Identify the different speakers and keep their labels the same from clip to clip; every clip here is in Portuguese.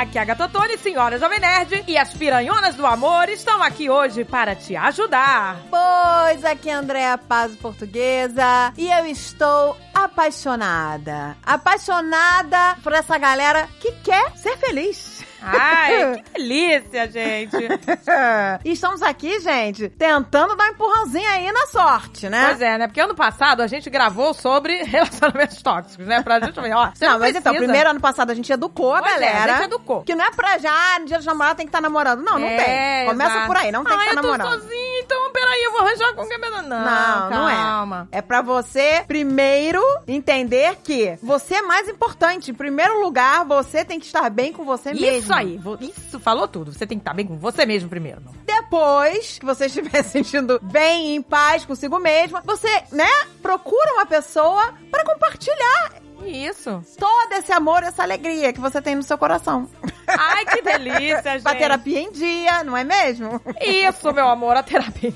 Speaker 1: Aqui é a Gatotone, senhora Jovem Nerd, e as piranhonas do amor estão aqui hoje para te ajudar.
Speaker 2: Pois aqui é a Andréa Paz Portuguesa e eu estou apaixonada. Apaixonada por essa galera que quer ser feliz.
Speaker 1: Ai, que delícia, gente.
Speaker 2: Né? E estamos aqui, gente, tentando dar um empurrãozinho aí na sorte, né?
Speaker 1: Pois é, né? Porque ano passado a gente gravou sobre relacionamentos tóxicos, né? Pra gente ver, ó. você
Speaker 2: não, mas então,
Speaker 1: precisa.
Speaker 2: primeiro ano passado a gente educou a
Speaker 1: Pois é,
Speaker 2: galera.
Speaker 1: a gente educou.
Speaker 2: Que não é pra já, no dia dos namorados tem que estar namorando. Não, não
Speaker 1: É,
Speaker 2: tem. Começa
Speaker 1: exato.
Speaker 2: por aí, não tem
Speaker 1: Ai,
Speaker 2: que estar
Speaker 1: eu tô
Speaker 2: namorando.
Speaker 1: sozinha, então peraí, eu vou arranjar com quem Não,
Speaker 2: Não, não é.
Speaker 1: calma.
Speaker 2: É pra você primeiro entender que você é mais importante. Em primeiro lugar, você tem que estar bem com você É
Speaker 1: Isso
Speaker 2: mesmo.
Speaker 1: aí, vo- isso falou tudo. Você tem que estar bem com você mesmo primeiro. Não.
Speaker 2: Depois que você estiver se sentindo bem, em paz consigo mesma, você, né, procura uma pessoa pra compartilhar
Speaker 1: Isso.
Speaker 2: todo esse amor, essa alegria que você tem no seu coração.
Speaker 1: Ai, que delícia, gente.
Speaker 2: Pra terapia em dia, não é mesmo?
Speaker 1: Isso, meu amor, a terapia.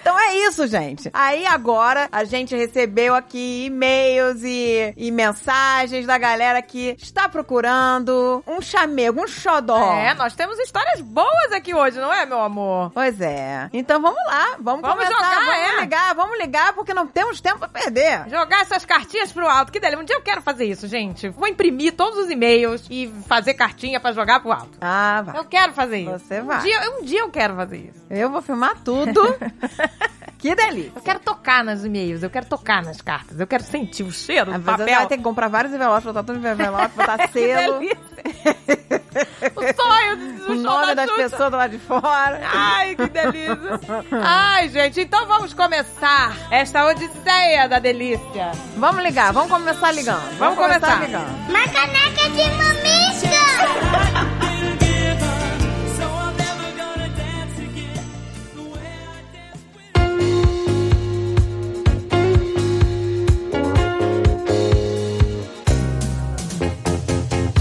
Speaker 2: Então é isso, gente. Aí agora a gente recebeu aqui e-mails e, e mensagens da galera que está procurando um chamego, um xodó.
Speaker 1: É, nós temos histórias boas aqui hoje, não é, meu amor?
Speaker 2: Pois é. Então vamos lá, vamos,
Speaker 1: Vamos
Speaker 2: começar,
Speaker 1: jogar,
Speaker 2: vamos
Speaker 1: é.
Speaker 2: ligar, vamos ligar porque não temos tempo pra perder.
Speaker 1: Jogar essas cartinhas pro alto. Que delícia. Um dia eu quero fazer isso, gente. Vou imprimir todos os e-mails e fazer cartinha pra jogar pro alto.
Speaker 2: Ah, vai.
Speaker 1: Eu quero fazer isso.
Speaker 2: Você tá.
Speaker 1: um
Speaker 2: vai.
Speaker 1: Dia, um dia eu quero fazer isso.
Speaker 2: Eu vou filmar tudo. que delícia.
Speaker 1: Eu quero tocar nos e-mails, eu quero tocar nas cartas, eu quero sentir o cheiro
Speaker 2: Às
Speaker 1: do
Speaker 2: vezes você vai
Speaker 1: papel.
Speaker 2: ter que comprar vários envelopes, botar tudo no envelope, botar selo,
Speaker 1: Que delícia. o Ah. sonho do
Speaker 2: o nome das
Speaker 1: Xuxa.
Speaker 2: pessoas do lado de fora.
Speaker 1: Ai, que delícia. Ai, gente, então vamos começar esta odisseia da delícia.
Speaker 2: Vamos ligar, vamos começar ligando.
Speaker 1: Vamos começar.
Speaker 2: ligando.
Speaker 3: Uma caneca de mamisca!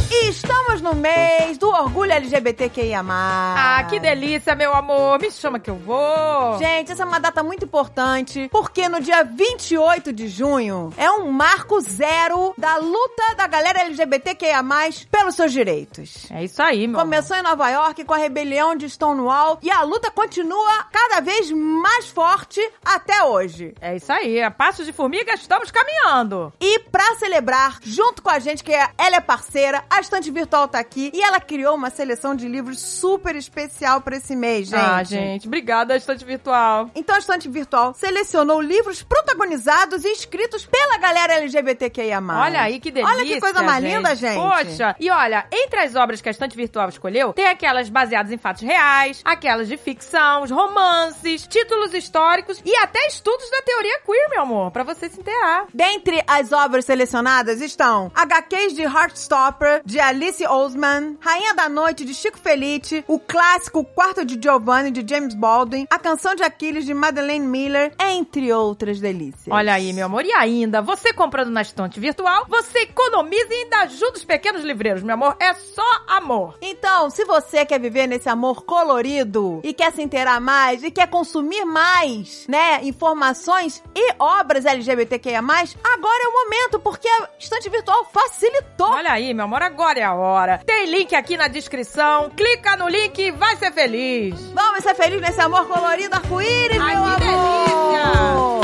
Speaker 2: E Estamos no mês do orgulho LGBTQIA.
Speaker 1: Ah, que delícia, meu amor. Me chama que eu vou.
Speaker 2: Gente, essa é uma data muito importante, porque no dia 28 de junho é um marco zero da luta da galera LGBTQIA+, pelos seus direitos.
Speaker 1: É isso aí, meu amor.
Speaker 2: Começou em Nova York com a rebelião de Stonewall e a luta continua cada vez mais forte até hoje.
Speaker 1: É isso aí. A passos de formiga, estamos caminhando.
Speaker 2: E pra celebrar, junto com a gente, que é- ela é parceira, a Estante Virtual tá aqui e ela criou uma seleção de livros super especial pra esse mês, gente.
Speaker 1: Ah, gente, obrigada, estante virtual.
Speaker 2: Então a Estante Virtual selecionou livros protagonizados e escritos pela galera LGBTQIA+.
Speaker 1: Olha aí que delícia.
Speaker 2: Olha que coisa mais linda, gente.
Speaker 1: Poxa, e olha, entre as obras que a estante virtual escolheu, tem aquelas baseadas em fatos reais, aquelas de ficção, os romances, títulos históricos e até estudos da teoria queer, meu amor, pra você se inteirar.
Speaker 2: Dentre as obras selecionadas estão HQs de Heartstopper, de Alice Oseman, Rainha da Noite, de Chico Felice, o clássico Quarto de Giovanni, de James Baldwin, A Canção de Aquiles, de Madeleine Miller, entre outras delícias.
Speaker 1: Olha aí, meu amor. E ainda, você comprando na estante virtual, você economiza e ainda ajuda os pequenos livreiros, meu amor. É só amor.
Speaker 2: Então, se você quer viver nesse amor colorido e quer se inteirar mais e quer consumir mais, né, informações e obras LGBTQIA+, agora é o momento, porque a Estante Virtual facilitou.
Speaker 1: Olha aí, meu amor, agora é a hora. Tem link aqui na descrição. Clica no link e vai ser feliz.
Speaker 2: Vamos ser felizes nesse amor colorido, arco-íris,
Speaker 1: Ai,
Speaker 2: meu
Speaker 1: que
Speaker 2: amor!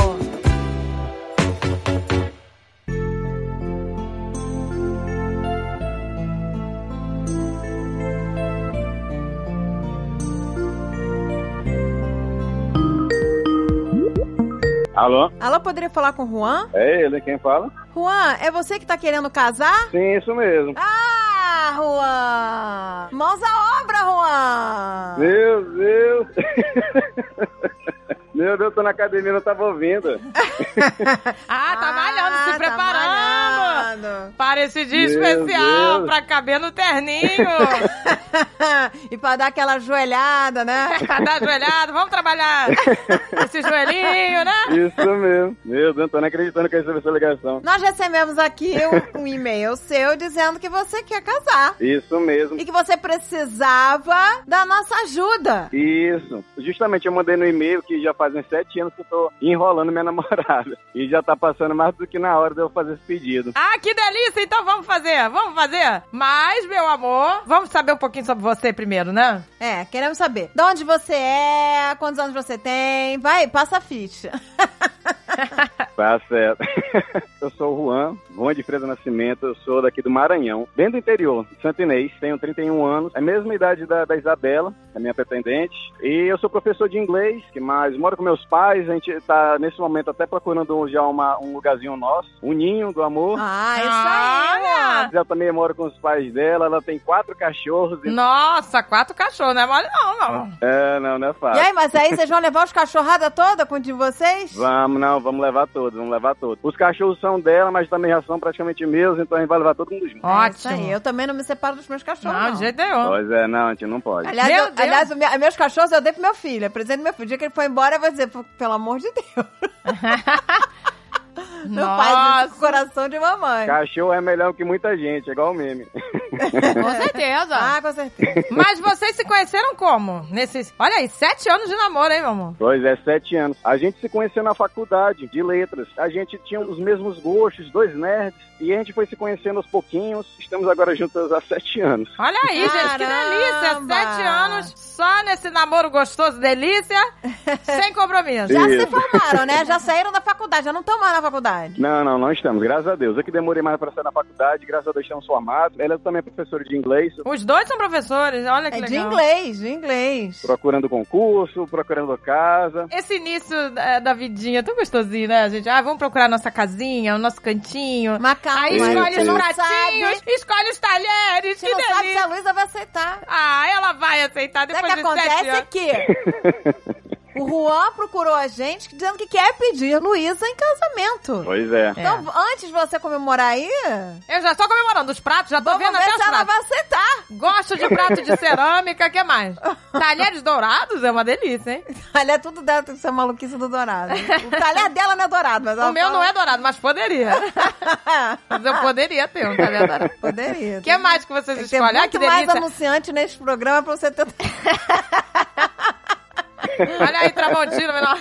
Speaker 4: Alô?
Speaker 2: Alô, poderia falar com o Juan?
Speaker 4: É ele quem fala?
Speaker 2: Juan, é você que tá querendo casar?
Speaker 4: Sim, isso mesmo.
Speaker 2: Ah, Juan! Mãos à obra, Juan!
Speaker 4: Meu Deus! Meu Deus, tô na academia, não tava ouvindo.
Speaker 1: Ah, tá malhando,
Speaker 2: Ah,
Speaker 1: se
Speaker 2: tá
Speaker 1: preparando.
Speaker 2: malhando.
Speaker 1: Para esse dia
Speaker 4: Meu
Speaker 1: especial,
Speaker 4: Deus.
Speaker 1: pra caber no terninho.
Speaker 2: e pra dar aquela joelhada, né?
Speaker 1: pra dar joelhada, vamos trabalhar esse joelhinho, né?
Speaker 4: Isso mesmo. Meu Deus, tô não acreditando que eu recebi essa ligação.
Speaker 2: Nós recebemos aqui um, um e-mail seu dizendo que você quer casar
Speaker 4: Isso mesmo.
Speaker 2: e que você precisava da nossa ajuda.
Speaker 4: Isso. Justamente eu mandei no e-mail que já fazem sete anos que eu tô enrolando minha namorada. E já tá passando mais do que na hora de eu fazer esse pedido.
Speaker 1: Ah, que delícia, então vamos fazer, vamos fazer. Mas, meu amor, vamos saber um pouquinho sobre você primeiro, né?
Speaker 2: É, queremos saber. De onde você é, quantos anos você tem. Vai, passa a ficha.
Speaker 4: Tá certo. eu sou o Juan, Juan de Freza Nascimento, eu sou daqui do Maranhão, bem do interior, de Santo Inês, tenho 31 anos, é a mesma idade da, da Isabela, a minha pretendente, e eu sou professor de inglês, que mais moro com meus pais, a gente tá nesse momento até procurando já uma- um lugarzinho nosso, um ninho do amor.
Speaker 2: Ah, isso aí,
Speaker 1: Olha!
Speaker 2: Juan.
Speaker 4: Eu também moro com os pais dela, ela tem quatro cachorros. e-
Speaker 1: Nossa, quatro cachorros, não é mole não, não.
Speaker 4: É, não, não
Speaker 2: E
Speaker 4: é
Speaker 1: Ah.
Speaker 4: fácil.
Speaker 2: aí, mas aí vocês vão levar os cachorrada toda com o de vocês?
Speaker 4: Vamos, não, vamos levar todos, vamos levar todos. Os cachorros são dela, mas também já são praticamente meus, então a gente vai levar todo mundo junto.
Speaker 2: É isso
Speaker 1: Ótimo.
Speaker 2: aí. Eu também não me separo dos meus cachorros.
Speaker 1: não,
Speaker 2: Não,
Speaker 1: de jeito nenhum.
Speaker 4: Pois é, não, a gente não pode.
Speaker 2: Aliás,
Speaker 1: Meu
Speaker 2: eu-
Speaker 1: Deus.
Speaker 2: aliás o meu- meus cachorros eu dei pro meu filho. É presente do meu filho. O dia que ele foi embora, eu vou dizer, "Pô, pelo amor de Deus. Não faz isso com o
Speaker 1: Nossa,
Speaker 2: coração de mamãe.
Speaker 4: Cachorro é melhor que muita gente, é igual o meme.
Speaker 1: com certeza.
Speaker 2: Ah, é com certeza.
Speaker 1: Mas vocês se conheceram como? Nesses, olha aí, sete anos de namoro, hein, meu amor?
Speaker 4: Pois é, sete anos. A gente se conheceu na faculdade de letras. A gente tinha os mesmos gostos, dois nerds, e a gente foi se conhecendo aos pouquinhos. Estamos agora juntos há sete anos.
Speaker 1: Olha aí, gente, que delícia.
Speaker 2: Caramba.
Speaker 1: Sete anos só nesse namoro gostoso, delícia, sem compromisso.
Speaker 2: Já se
Speaker 4: Isso.
Speaker 2: formaram, né? Já saíram da faculdade, já não estão mais na faculdade.
Speaker 4: Não, não, não estamos, graças a Deus. Eu que demorei mais para sair na faculdade, graças a Deus estamos formados. Ela também é professora de inglês,
Speaker 1: Os dois são professores, olha que
Speaker 2: É de
Speaker 1: legal.
Speaker 2: inglês, de inglês.
Speaker 4: procurando concurso, procurando casa.
Speaker 1: Esse início é, da vidinha é tão gostosinho, né, gente? Ah, vamos procurar nossa casinha, o nosso cantinho.
Speaker 2: Macaco.
Speaker 1: Aí
Speaker 4: Mas
Speaker 1: escolhe
Speaker 4: você
Speaker 1: os
Speaker 4: não
Speaker 1: pratinhos, escolhe os talheres,
Speaker 2: Você
Speaker 1: que
Speaker 2: não sabe se
Speaker 1: delícia.
Speaker 2: a Luísa vai aceitar.
Speaker 1: Ah, ela vai aceitar
Speaker 2: Sabe
Speaker 1: depois
Speaker 2: o que
Speaker 1: de sete
Speaker 2: acontece é
Speaker 1: anos.
Speaker 2: que o Juan procurou a gente dizendo que quer pedir Luísa em casamento.
Speaker 4: Pois é.
Speaker 2: Então, antes de você comemorar aí,
Speaker 1: Eu já tô comemorando os pratos, já tô
Speaker 2: vamos
Speaker 1: Tá vendo
Speaker 2: ver
Speaker 1: até
Speaker 2: se
Speaker 1: os
Speaker 2: ela
Speaker 1: pratos.
Speaker 2: vai aceitar.
Speaker 1: Gosto de prato de cerâmica, que mais? Talheres dourados é uma delícia, hein?
Speaker 2: Olha, tudo dela tem que ser maluquice do dourado. O talher dela não é dourado, mas ela
Speaker 1: O meu
Speaker 2: fala-
Speaker 1: não é dourado, mas poderia. Mas eu poderia ter um talher dourado.
Speaker 2: Poderia.
Speaker 1: O que mais que vocês
Speaker 2: Tem que ter
Speaker 1: escolhem? Ah,
Speaker 2: muito
Speaker 1: que
Speaker 2: mais
Speaker 1: delícia.
Speaker 2: anunciante neste programa pra você ter...
Speaker 1: Olha aí, Tramontina, menor.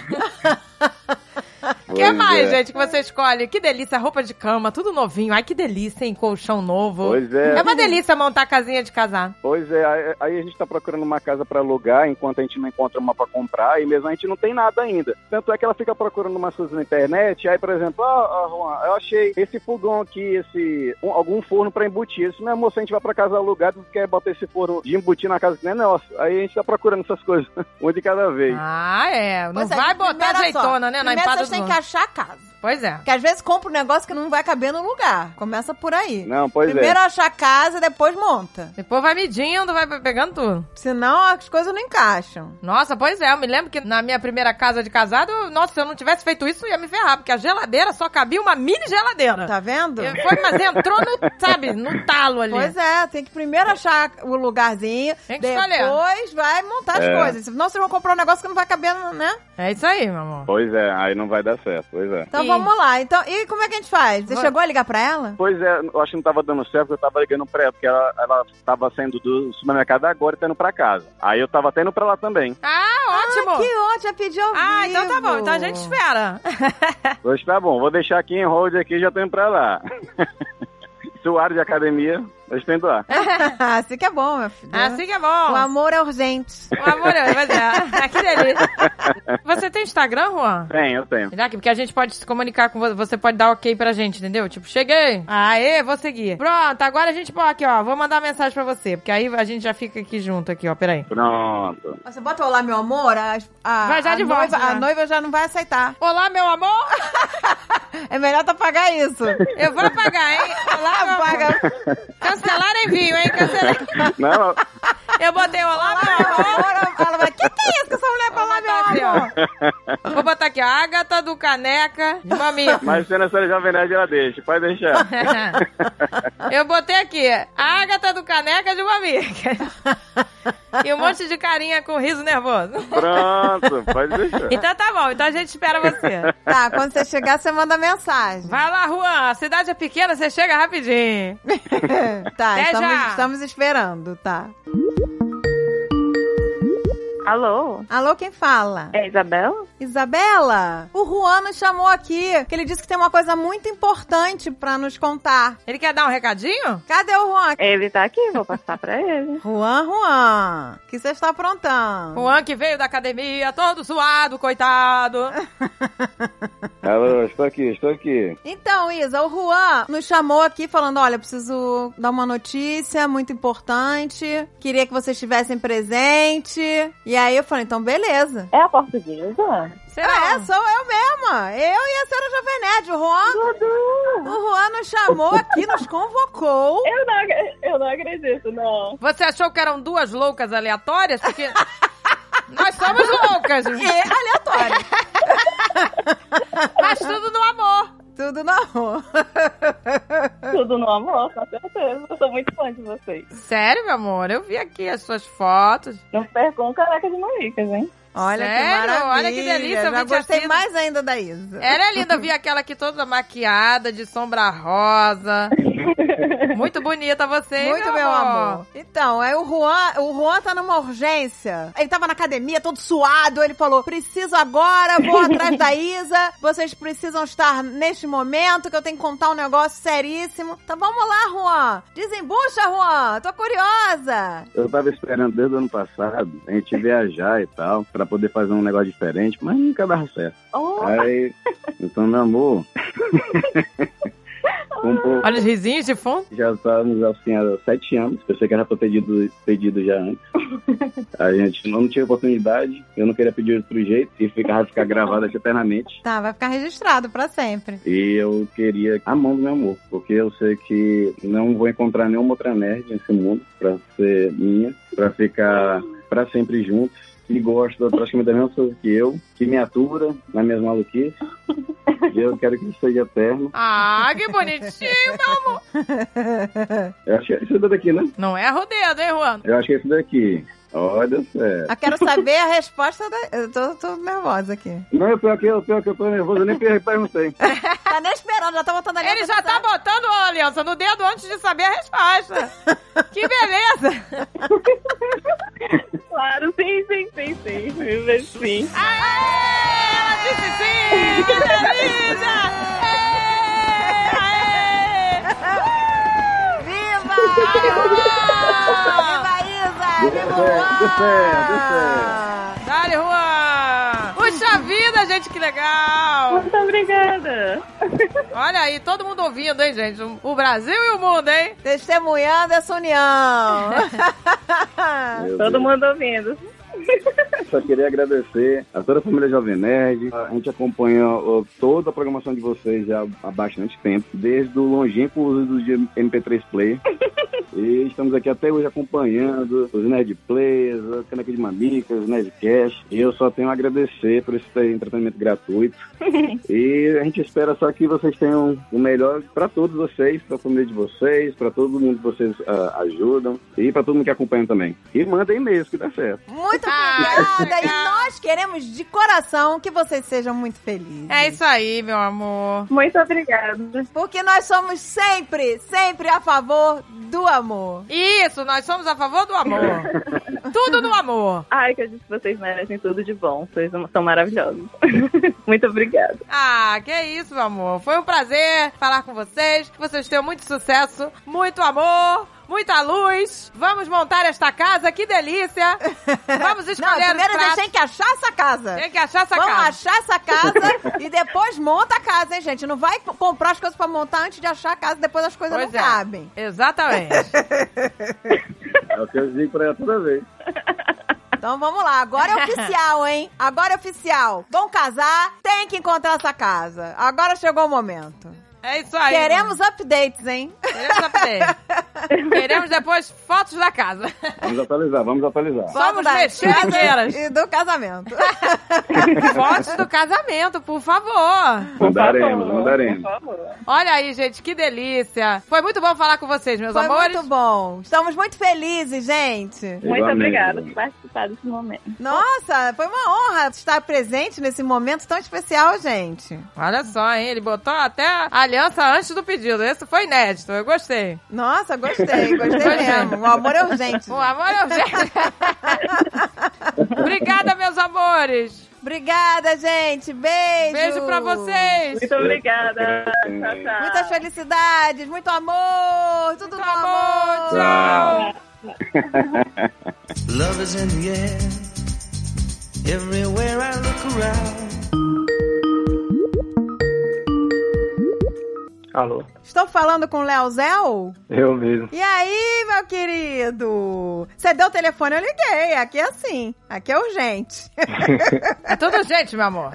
Speaker 1: O que
Speaker 4: Pois
Speaker 1: mais,
Speaker 4: é.
Speaker 1: gente, que você escolhe? Que delícia, roupa de cama, tudo novinho. Ai, que delícia, hein? Colchão novo.
Speaker 4: Pois é.
Speaker 1: É uma delícia montar a casinha de casar.
Speaker 4: Pois é, aí- aí a gente tá procurando uma casa pra alugar, enquanto a gente não encontra uma pra comprar, e mesmo a gente não tem nada ainda. Tanto é que ela fica procurando umas coisas na internet, aí, por exemplo, ó, ó, Juan, eu achei esse fogão aqui, esse um- algum forno pra embutir. Esse meu amor, se a gente vai pra casa alugada, tu quer botar esse forno de embutir na casa que não é nossa. Aí a gente tá procurando essas coisas, um de cada vez.
Speaker 1: Ah, é. Não
Speaker 2: Pois é,
Speaker 1: vai
Speaker 2: primeiro,
Speaker 1: botar
Speaker 2: olha só,
Speaker 1: azeitona, né? Na
Speaker 2: Primeiro
Speaker 1: empada
Speaker 2: vocês
Speaker 1: do
Speaker 2: têm que
Speaker 1: mundo.
Speaker 2: achar a casa.
Speaker 1: Pois é.
Speaker 2: Porque às vezes compra um negócio que não vai caber no lugar. Começa por aí.
Speaker 4: Não, pois é.
Speaker 2: Primeiro achar a casa, depois monta.
Speaker 1: Depois vai medindo, vai pegando tudo.
Speaker 2: Senão as coisas não encaixam.
Speaker 1: Nossa, pois é. Eu me lembro que na minha primeira casa de casado, nossa, se eu não tivesse feito isso, eu ia me ferrar, porque a geladeira só cabia uma mini geladeira.
Speaker 2: Tá vendo?
Speaker 1: E Foi, mas entrou no, sabe, no talo ali.
Speaker 2: Pois é, tem que primeiro achar o lugarzinho,
Speaker 1: Tem que escolher.
Speaker 2: depois vai montar as
Speaker 4: É.
Speaker 2: coisas. Senão vocês vão comprar um negócio que não vai caber, né?
Speaker 1: é. isso aí, meu amor.
Speaker 4: é. Pois é, aí não vai dar certo, pois é.
Speaker 2: Então
Speaker 1: E-
Speaker 2: vamos lá. Então, e como é que a gente faz? Você
Speaker 1: Vai-
Speaker 2: chegou a ligar pra ela?
Speaker 4: Pois é, eu acho que não tava dando certo, porque eu tava ligando pra ela, porque ela, ela tava saindo do supermercado agora e tá indo pra casa. Aí eu tava até indo pra lá também.
Speaker 1: Ah, ótimo.
Speaker 2: Ah, que ótimo, já pediu ao
Speaker 1: Ah,
Speaker 2: vivo.
Speaker 1: então tá bom. Então a gente espera.
Speaker 4: Hoje tá bom, vou deixar aqui em hold aqui e já tô indo pra lá. Suário de academia, mas tô indo lá.
Speaker 2: assim que é bom, meu filho.
Speaker 1: Assim que é bom.
Speaker 2: O amor é urgente.
Speaker 1: O amor, é- pois é. Que delícia. Você tem Instagram, Juan?
Speaker 4: Tenho, eu tenho.
Speaker 1: Será que- Porque a gente pode se comunicar com você, você pode dar ok pra gente, entendeu? Tipo, cheguei. Aê, vou seguir. Pronto, agora a gente, pô, aqui, ó, vou mandar mensagem pra você, porque aí a gente já fica aqui junto aqui, ó, peraí.
Speaker 4: Pronto.
Speaker 2: Você bota o olá, meu amor, a, a-
Speaker 1: Vai já
Speaker 2: a
Speaker 1: de
Speaker 2: noiva,
Speaker 1: volta,
Speaker 2: a
Speaker 1: né?
Speaker 2: noiva já não vai aceitar.
Speaker 1: Olá, meu amor!
Speaker 2: É melhor tu apagar isso.
Speaker 1: Eu vou apagar, hein? Olá, meu amor.
Speaker 2: Apaga.
Speaker 1: Cancelar envio, hein? Cancelar.
Speaker 4: Não,
Speaker 1: Eu botei olá,
Speaker 2: Olá,
Speaker 1: meu
Speaker 2: meu
Speaker 1: amor.
Speaker 2: amor. Ela vai, que que é isso que essa mulher fala,
Speaker 1: Vou botar aqui,
Speaker 2: meu amor?
Speaker 1: ó. Vou botar aqui, ó, Agatha do Caneca de Mamico.
Speaker 4: mas sendo essa jovem nerd, ela deixa, pode deixar.
Speaker 1: Eu botei aqui, Agatha do Caneca de Mamica. E um monte de carinha com riso nervoso.
Speaker 4: Pronto, pode deixar.
Speaker 1: Então tá bom, então a gente espera você.
Speaker 2: Tá, quando você chegar, você manda mensagem.
Speaker 1: Vai lá, Juan, a cidade é pequena, você chega rapidinho.
Speaker 2: tá,
Speaker 1: Até
Speaker 2: estamos,
Speaker 1: já.
Speaker 2: estamos esperando, tá.
Speaker 5: Alô?
Speaker 2: Alô, quem fala?
Speaker 5: É Isabela?
Speaker 2: Isabela? O Juan nos chamou aqui, que ele disse que tem uma coisa muito importante pra nos contar.
Speaker 1: Ele quer dar um recadinho?
Speaker 2: Cadê o Juan?
Speaker 5: Ele tá aqui, vou passar pra ele.
Speaker 2: Juan, Juan, o que você está aprontando?
Speaker 1: Juan que veio da academia, todo suado, coitado.
Speaker 4: Alô, estou aqui, estou aqui.
Speaker 2: Então, Isa, o Juan nos chamou aqui falando: olha, preciso dar uma notícia muito importante. Queria que vocês estivessem presente. E aí eu falei, então beleza.
Speaker 5: É a portuguesa?
Speaker 1: Será?
Speaker 2: É, sou eu mesma. Eu e a senhora Jovem Nerd. O Juan,
Speaker 5: Dudu!
Speaker 2: o Juan nos chamou aqui, nos convocou.
Speaker 5: Eu não, ac- eu não acredito, não.
Speaker 1: Você achou que eram duas loucas aleatórias? Porque. Nós somos loucas!
Speaker 2: E É aleatório.
Speaker 1: Mas tudo no amor!
Speaker 2: Tudo na rua.
Speaker 4: É.
Speaker 5: Tudo no amor, com certeza. Eu sou muito fã de vocês.
Speaker 1: Sério, meu amor? Eu vi aqui as suas fotos.
Speaker 5: Não percam o Careca de Maricas, hein?
Speaker 2: Olha que
Speaker 1: Sério?
Speaker 2: maravilha.
Speaker 1: Olha que delícia, eu
Speaker 2: Já
Speaker 1: vi que
Speaker 2: gostei
Speaker 1: assim-
Speaker 2: mais ainda da Isa.
Speaker 1: Ela é linda, eu vi aquela aqui toda maquiada, de sombra rosa. Muito bonita você, hein,
Speaker 2: Muito, meu amor. Então, aí o Juan, o Juan tá numa urgência. Ele tava na academia, todo suado. Ele falou: preciso agora, vou atrás da Isa. Vocês precisam estar neste momento que eu tenho que contar um negócio seríssimo. Então vamos lá, Juan. Desembucha, Juan. Tô curiosa.
Speaker 4: Eu tava esperando desde o ano passado a gente viajar e tal, pra poder fazer um negócio diferente, mas nunca dava certo.
Speaker 5: Oh,
Speaker 4: Aí, então, meu amor, um pouco,
Speaker 1: Olha os risinhos de fundo.
Speaker 4: já estávamos assim há sete anos, pensei que era pra ter pedido, pedido já antes. A gente não tinha oportunidade, eu não queria pedir de outro jeito, e ficava ficar gravado aqui eternamente.
Speaker 2: Tá, vai ficar registrado pra sempre.
Speaker 4: E eu queria a mão do meu amor, porque eu sei que não vou encontrar nenhuma outra nerd nesse mundo pra ser minha, pra ficar pra sempre juntos, que gosta praticamente da mesma coisa que eu, que me atura nas minhas maluquices. E eu quero que isso seja eterno.
Speaker 1: Ah, que bonitinho!
Speaker 4: Eu acho que é isso daqui, né?
Speaker 1: Não erra o dedo, hein, Juan?
Speaker 4: Eu acho que é isso daqui. Olha, sério.
Speaker 2: Eu quero saber a resposta da. Eu tô, tô nervosa aqui.
Speaker 4: Não, é pior que eu, pior que eu tô nervoso, eu nem perguntei.
Speaker 2: Tá nem esperando, já tá botando ali.
Speaker 1: Ele já tá botando a aliança no dedo antes de saber a resposta. Que beleza!
Speaker 5: Ah, claro, sim, sim, sim, sim. Eu vejo Sim.
Speaker 4: Ah.
Speaker 1: Aê! Ela disse sim! Que delícia! Aê! Aê!
Speaker 2: Viva!
Speaker 1: Ah!
Speaker 2: Viva Isa! Viva
Speaker 4: Deu certo, deu certo, deu
Speaker 2: Juan!
Speaker 4: certo.
Speaker 1: Dale, Juan! Puxa vida, gente, que legal!
Speaker 5: Ah, Muito obrigada.
Speaker 1: Olha aí, todo mundo ouvindo, hein, gente? O Brasil e o mundo, hein?
Speaker 2: Testemunhando essa união.
Speaker 4: Meu
Speaker 5: Todo
Speaker 4: Deus.
Speaker 5: mundo ouvindo.
Speaker 4: Só queria agradecer a toda a família Jovem Nerd. A gente acompanha ó, toda a programação de vocês já há bastante tempo, desde o longínquo uso do de MP3 Play. E estamos aqui até hoje acompanhando os Nerd Plays, a Caneca de Mamica, os Nerdcast. E eu só tenho a agradecer por esse entretenimento gratuito. E a gente espera só que vocês tenham o melhor para todos vocês, para a família de vocês, para todo mundo que vocês ah, ajudam e para todo mundo que acompanha também. E mandem mesmo, que dá certo.
Speaker 2: Muito
Speaker 1: Ah,
Speaker 2: obrigada.
Speaker 1: legal.
Speaker 2: e nós queremos de coração que vocês sejam muito felizes.
Speaker 1: É isso aí, meu amor.
Speaker 5: Muito obrigada.
Speaker 2: Porque nós somos sempre, sempre a favor do amor.
Speaker 1: Isso, nós somos a favor do amor. Tudo no amor.
Speaker 5: Ai, que eu disse que vocês merecem tudo de bom. Vocês são maravilhosos. Muito obrigada.
Speaker 1: Ah, que isso, meu amor. Foi um prazer falar com vocês. Que vocês tenham muito sucesso, muito amor. Muita luz! Vamos montar esta casa, que delícia! Vamos
Speaker 2: Não,
Speaker 1: escolher
Speaker 2: primeiro
Speaker 1: os
Speaker 2: eles
Speaker 1: pratos.
Speaker 2: têm que achar essa casa.
Speaker 1: Tem que achar essa
Speaker 2: Vamos
Speaker 1: casa.
Speaker 2: achar essa casa e depois monta a casa, hein, gente? Não vai co- comprar as coisas pra montar antes de achar a casa, depois as coisas
Speaker 1: Pois
Speaker 2: não
Speaker 1: é.
Speaker 2: cabem.
Speaker 1: Exatamente.
Speaker 4: É o que eu digo pra ela toda vez.
Speaker 2: Então vamos lá, agora é oficial, hein? Agora é oficial. Vão casar, tem que encontrar essa casa. Agora chegou o momento.
Speaker 1: É isso aí.
Speaker 2: Queremos updates, hein?
Speaker 1: Queremos update. Queremos depois fotos da casa.
Speaker 4: Vamos atualizar, vamos atualizar.
Speaker 1: Vamos
Speaker 2: das
Speaker 1: mexeriqueiras.
Speaker 2: casas E do casamento.
Speaker 1: fotos do casamento, por favor.
Speaker 4: Mandaremos, mandaremos.
Speaker 5: Por favor.
Speaker 1: Olha aí, gente, que delícia. Foi muito bom falar com vocês, meus
Speaker 2: Foi
Speaker 1: amores.
Speaker 2: muito bom. Estamos muito felizes, gente.
Speaker 5: Muito
Speaker 4: Igualmente.
Speaker 5: obrigada por participar desse momento.
Speaker 2: Nossa, foi uma honra estar presente nesse momento tão especial, gente.
Speaker 1: Olha só, hein? Ele botou até a aliança antes do pedido. Isso foi inédito, eu gostei.
Speaker 2: Nossa, gostei. Gostei, gostei mesmo. O amor é urgente.
Speaker 1: O amor é urgente. Obrigada, meus amores.
Speaker 2: Obrigada, gente. Beijo.
Speaker 1: Beijo pra vocês.
Speaker 5: Muito obrigada. Tchau, tchau.
Speaker 2: Muitas felicidades, muito amor. Tudo no
Speaker 1: Muito
Speaker 2: amor.
Speaker 1: amor. Tchau.
Speaker 6: Love is in the air. Everywhere I look around.
Speaker 7: Alô?
Speaker 2: Estou falando com o Léo Zéu?
Speaker 7: Eu mesmo.
Speaker 2: E aí, meu querido? Você deu o telefone, eu liguei. Aqui é assim. Aqui é urgente.
Speaker 1: É tudo gente, meu amor.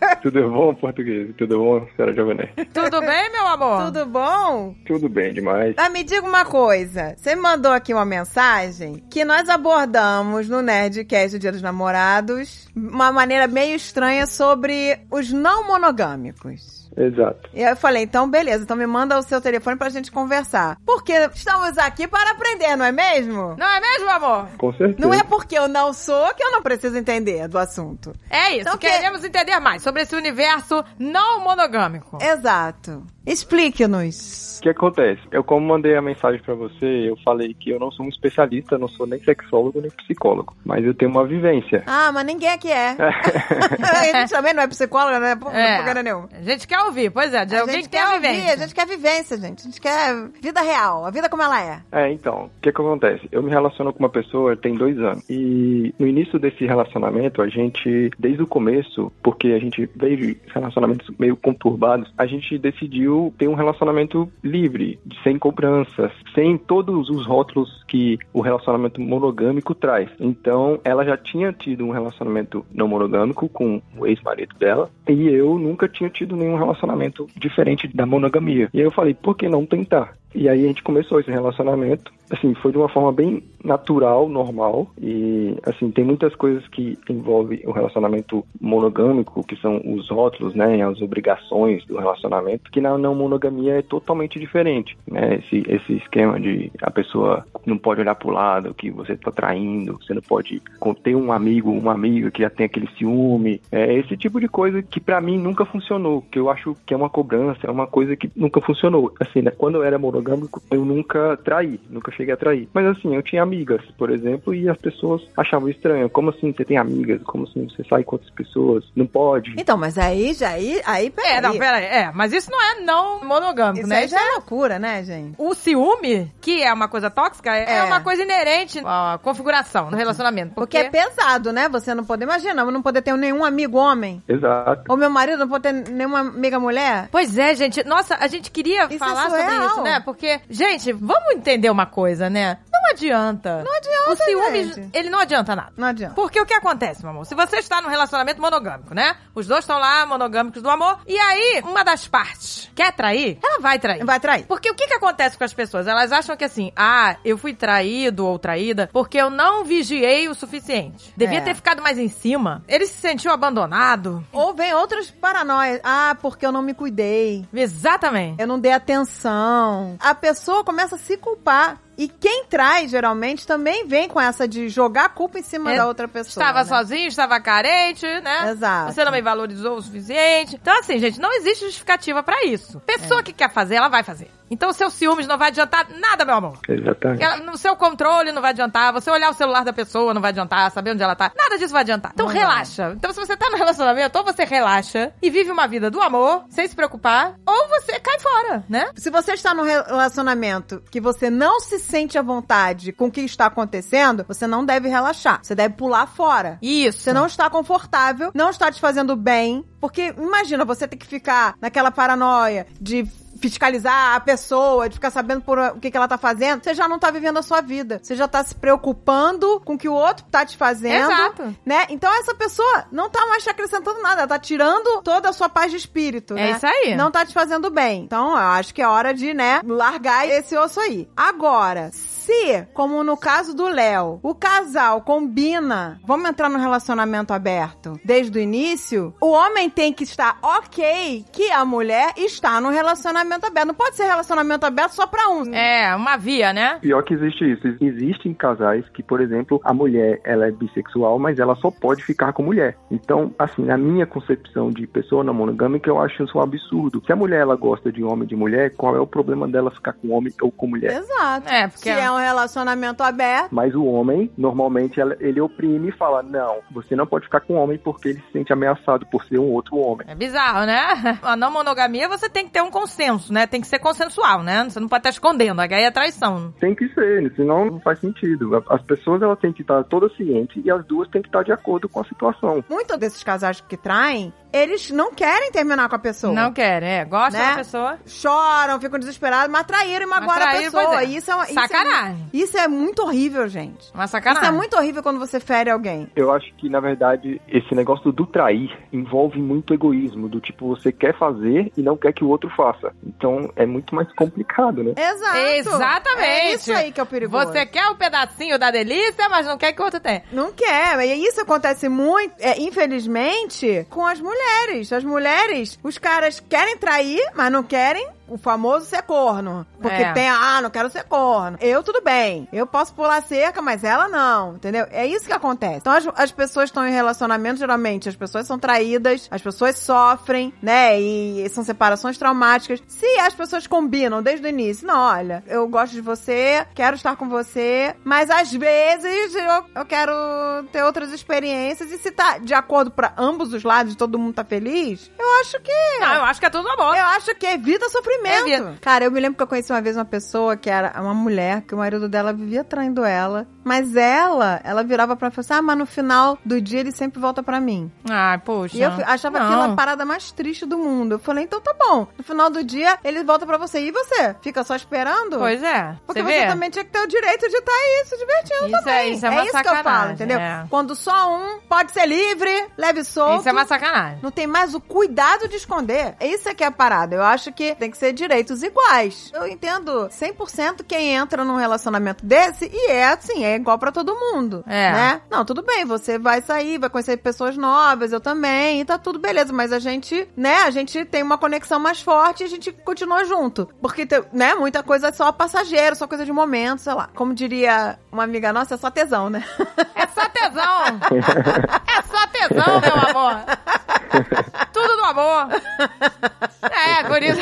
Speaker 4: é
Speaker 7: Tudo bom, português? Tudo bom, senhora Giovanni?
Speaker 1: Tudo bem, meu amor?
Speaker 2: Tudo bom?
Speaker 7: Tudo bem demais.
Speaker 2: Ah, me diga uma coisa. Você me mandou aqui uma mensagem que nós abordamos no Nerdcast do Dia dos Namorados uma maneira meio estranha sobre os não monogâmicos.
Speaker 7: Exato.
Speaker 2: E aí eu falei, então beleza, então me manda o seu telefone pra gente conversar. Porque estamos aqui para aprender, não é mesmo?
Speaker 1: Não é mesmo, amor?
Speaker 7: Com certeza.
Speaker 2: Não é porque eu não sou que eu não preciso entender do assunto.
Speaker 1: É isso.
Speaker 2: Então, que-
Speaker 1: Queremos entender mais sobre esse universo não monogâmico.
Speaker 2: É. Exato. Explique-nos.
Speaker 7: O que acontece? Eu, como mandei a mensagem pra você, eu falei que eu não sou um especialista, não sou nem sexólogo nem psicólogo, mas eu tenho uma vivência.
Speaker 2: Ah, mas ninguém aqui é. a gente também não é psicóloga, não é, po-
Speaker 1: É.
Speaker 2: propaganda nenhuma.
Speaker 1: A gente quer ouvir, pois é, de
Speaker 2: A
Speaker 1: alguém
Speaker 2: gente
Speaker 1: que tem a
Speaker 2: ouvir,
Speaker 1: vivência.
Speaker 2: a gente quer vivência, gente. A gente quer vida real, a vida como ela é.
Speaker 7: É, então, o que, que acontece? Eu me relaciono com uma pessoa tem dois anos. E no início desse relacionamento, a gente, desde o começo, porque a gente veio de relacionamentos meio conturbados, a gente decidiu ter um relacionamento livre, de- sem cobranças, sem todos os rótulos que o relacionamento monogâmico traz. Então, ela já tinha tido um relacionamento não monogâmico com o ex-marido dela, e eu nunca tinha tido nenhum relacionamento diferente da monogamia. E aí eu falei, por que não tentar? E aí a gente começou esse relacionamento, assim, foi de uma forma bem natural, normal, e assim, tem muitas coisas que envolvem o relacionamento monogâmico, que são os rótulos, né, as obrigações do relacionamento, que na não monogamia é totalmente diferente, né, esse, esse esquema de a pessoa não pode olhar pro lado, que você tá traindo, você não pode ter um amigo, uma amiga que já tem aquele ciúme, é esse tipo de coisa que pra mim nunca funcionou, que eu acho que é uma cobrança, é uma coisa que nunca funcionou. Assim, né, quando eu era monogâmico, eu nunca traí, nunca cheguei a trair. Mas assim, eu tinha amigas, por exemplo, e as pessoas achavam estranho, como assim você tem amigas? Como assim você sai com outras pessoas? Não pode.
Speaker 2: Então, mas aí, já aí, aí, peraí.
Speaker 1: É, não, peraí. É, mas isso não é não monogâmico,
Speaker 2: Isso
Speaker 1: né?
Speaker 2: aí já é loucura, né, gente?
Speaker 1: O ciúme, que é uma coisa tóxica, é,
Speaker 2: É.
Speaker 1: uma coisa inerente à configuração do relacionamento.
Speaker 2: Porque
Speaker 1: Porque,
Speaker 2: é pesado, né? Você não poder. Imagina, eu não poder ter nenhum amigo homem.
Speaker 7: Exato.
Speaker 2: Ou meu marido não pode ter nenhuma amiga mulher?
Speaker 1: Pois é, gente. Nossa, a gente queria
Speaker 2: Isso é
Speaker 1: falar sobre
Speaker 2: surreal.
Speaker 1: isso, né? Porque, gente, vamos entender uma coisa, né? Não adianta. Não
Speaker 2: adianta,
Speaker 1: O ciúme,
Speaker 2: gente.
Speaker 1: ele não adianta nada.
Speaker 2: Não adianta.
Speaker 1: Porque o que acontece, meu amor? Se você está num relacionamento monogâmico, né? Os dois estão lá, monogâmicos do amor. E aí, uma das partes quer trair, ela vai trair.
Speaker 2: Vai trair.
Speaker 1: Porque o que, que acontece com as pessoas? Elas acham que assim, ah, eu fui traído ou traída porque eu não vigiei o suficiente. Devia
Speaker 2: É.
Speaker 1: ter ficado mais em cima. Ele se sentiu abandonado.
Speaker 2: Ou vem outros paranóias. Ah, porque eu não me cuidei.
Speaker 1: Exatamente.
Speaker 2: Eu não dei atenção. A pessoa começa a se culpar. E quem traz, geralmente, também vem com essa de jogar a culpa em cima
Speaker 1: É,
Speaker 2: da outra pessoa.
Speaker 1: Estava
Speaker 2: né?
Speaker 1: sozinho, estava carente, né?
Speaker 2: Exato.
Speaker 1: Você não me valorizou o suficiente. Então, assim, gente, não existe justificativa pra isso. Pessoa
Speaker 2: É.
Speaker 1: que quer fazer, ela vai fazer. Então, o seu ciúmes não vai adiantar nada, meu amor.
Speaker 7: Exatamente.
Speaker 1: Ela- no seu controle não vai adiantar, você olhar o celular da pessoa não vai adiantar, saber onde ela tá, nada disso vai adiantar. Então relaxa. Então se você tá no relacionamento, ou você relaxa e vive uma vida do amor, sem se preocupar, ou você cai fora, né?
Speaker 2: Se você está num relacionamento que você não se sente à vontade com o que está acontecendo, você não deve relaxar. Você deve pular fora.
Speaker 1: Isso.
Speaker 2: Você não está confortável, não está te fazendo bem. Porque imagina você ter que ficar naquela paranoia de fiscalizar a pessoa, de ficar sabendo por o que, que ela tá fazendo, você já não tá vivendo a sua vida. Você já tá se preocupando com o que o outro tá te fazendo.
Speaker 1: Exato.
Speaker 2: Né? Então essa pessoa não tá mais te acrescentando nada, ela tá tirando toda a sua paz de espírito,
Speaker 1: É
Speaker 2: né?
Speaker 1: isso aí.
Speaker 2: Não tá te fazendo bem. Então eu acho que é hora de, né, largar esse osso aí. Agora, Se, como no caso do Léo, o casal combina, vamos entrar no relacionamento aberto desde o início, o homem tem que estar ok que a mulher está no relacionamento aberto. Não pode ser relacionamento aberto só pra um.
Speaker 1: É, uma via, né?
Speaker 7: Pior que existe isso. Existem casais que, por exemplo, a mulher ela é bissexual, mas ela só pode ficar com mulher. Então, assim, na minha concepção de pessoa não monogâmica, eu acho isso um absurdo. Se a mulher ela gosta de homem e de mulher, qual é o problema dela ficar com homem ou com mulher?
Speaker 2: Exato.
Speaker 1: É, porque
Speaker 2: Se é um relacionamento aberto,
Speaker 7: Mas o homem, normalmente, ela- ele oprime e fala: não, você não pode ficar com homem porque ele se sente ameaçado por ser um outro homem.
Speaker 1: É bizarro, né? A não monogamia você tem que ter um consenso, né? Tem que ser consensual, né? Você não pode estar escondendo, aí é traição.
Speaker 7: Tem que ser, senão não faz sentido. A- As pessoas elas têm que estar todas cientes e as duas têm que estar de acordo com a situação.
Speaker 2: muitos desses casais que traem, eles não querem terminar com a pessoa.
Speaker 1: Não querem, é. Gosta
Speaker 2: Né?
Speaker 1: da pessoa.
Speaker 2: Choram, ficam desesperados, mas traíram e magoaram
Speaker 1: traíram,
Speaker 2: a pessoa.
Speaker 1: pois é.
Speaker 2: Isso é uma- isso é-
Speaker 1: Sacanagem.
Speaker 2: Isso é muito horrível, gente.
Speaker 1: Uma sacanagem.
Speaker 2: Isso é muito horrível quando você fere alguém.
Speaker 7: Eu acho que, na verdade, esse negócio do trair envolve muito egoísmo, do tipo, você quer fazer e não quer que o outro faça. Então, é muito mais complicado, né?
Speaker 2: Exato.
Speaker 1: Exatamente.
Speaker 2: É isso aí que é o perigoso.
Speaker 1: Você quer um pedacinho da delícia, mas não quer que o outro tenha.
Speaker 2: Não quer. E isso acontece muito, é, infelizmente, com as mulheres. As mulheres, os caras querem trair, mas não querem o famoso ser corno. Porque
Speaker 1: É.
Speaker 2: tem, ah, não quero ser corno. Eu, tudo bem. Eu posso pular cerca, mas ela não, entendeu? É isso que acontece. Então, as, as pessoas estão em relacionamento, geralmente, as pessoas são traídas, as pessoas sofrem, né? E são separações traumáticas. Se as pessoas combinam desde o início, não, olha, eu gosto de você, quero estar com você, mas às vezes eu, eu quero ter outras experiências. E se tá de acordo pra ambos os lados, todo mundo tá feliz, eu acho que
Speaker 1: Não, eu acho que é tudo uma boa.
Speaker 2: eu acho que evita sofrimento.
Speaker 1: Evita.
Speaker 2: É Cara, eu me lembro que eu conheci uma vez uma pessoa que era uma mulher, que o marido dela vivia traindo ela. Mas ela, ela virava pra mim e falava assim, ah, mas no final do dia ele sempre volta pra mim.
Speaker 1: Ai, poxa.
Speaker 2: E eu fi- achava
Speaker 1: Não.
Speaker 2: aquilo a parada mais triste do mundo. Eu falei, então tá bom. No final do dia ele volta pra você. E você? Fica só esperando?
Speaker 1: Pois é.
Speaker 2: Porque
Speaker 1: você
Speaker 2: você
Speaker 1: vê?
Speaker 2: também tinha que ter o direito de estar aí se divertindo
Speaker 1: Isso é-
Speaker 2: também.
Speaker 1: isso é uma
Speaker 2: isso que eu falo,
Speaker 1: sacanagem,
Speaker 2: entendeu?
Speaker 1: é.
Speaker 2: Quando só um pode ser livre, leve e solto.
Speaker 1: Isso é uma sacanagem.
Speaker 2: Não tem mais o cuidado de esconder. Isso é que é a parada. Eu acho que tem que ser direitos iguais. Eu entendo 100% quem entra num relacionamento desse e é assim, é igual pra todo mundo.
Speaker 1: É.
Speaker 2: Né? Não, tudo bem, você vai sair, vai conhecer pessoas novas, eu também, e tá tudo beleza. Mas a gente, né, a gente tem uma conexão mais forte e a gente continua junto. Porque, tem, né, muita coisa é só passageiro, só coisa de momento, sei lá. Como diria uma amiga nossa, é só tesão, né?
Speaker 1: É só tesão. é só tesão, meu amor. Tudo do amor. É, por isso.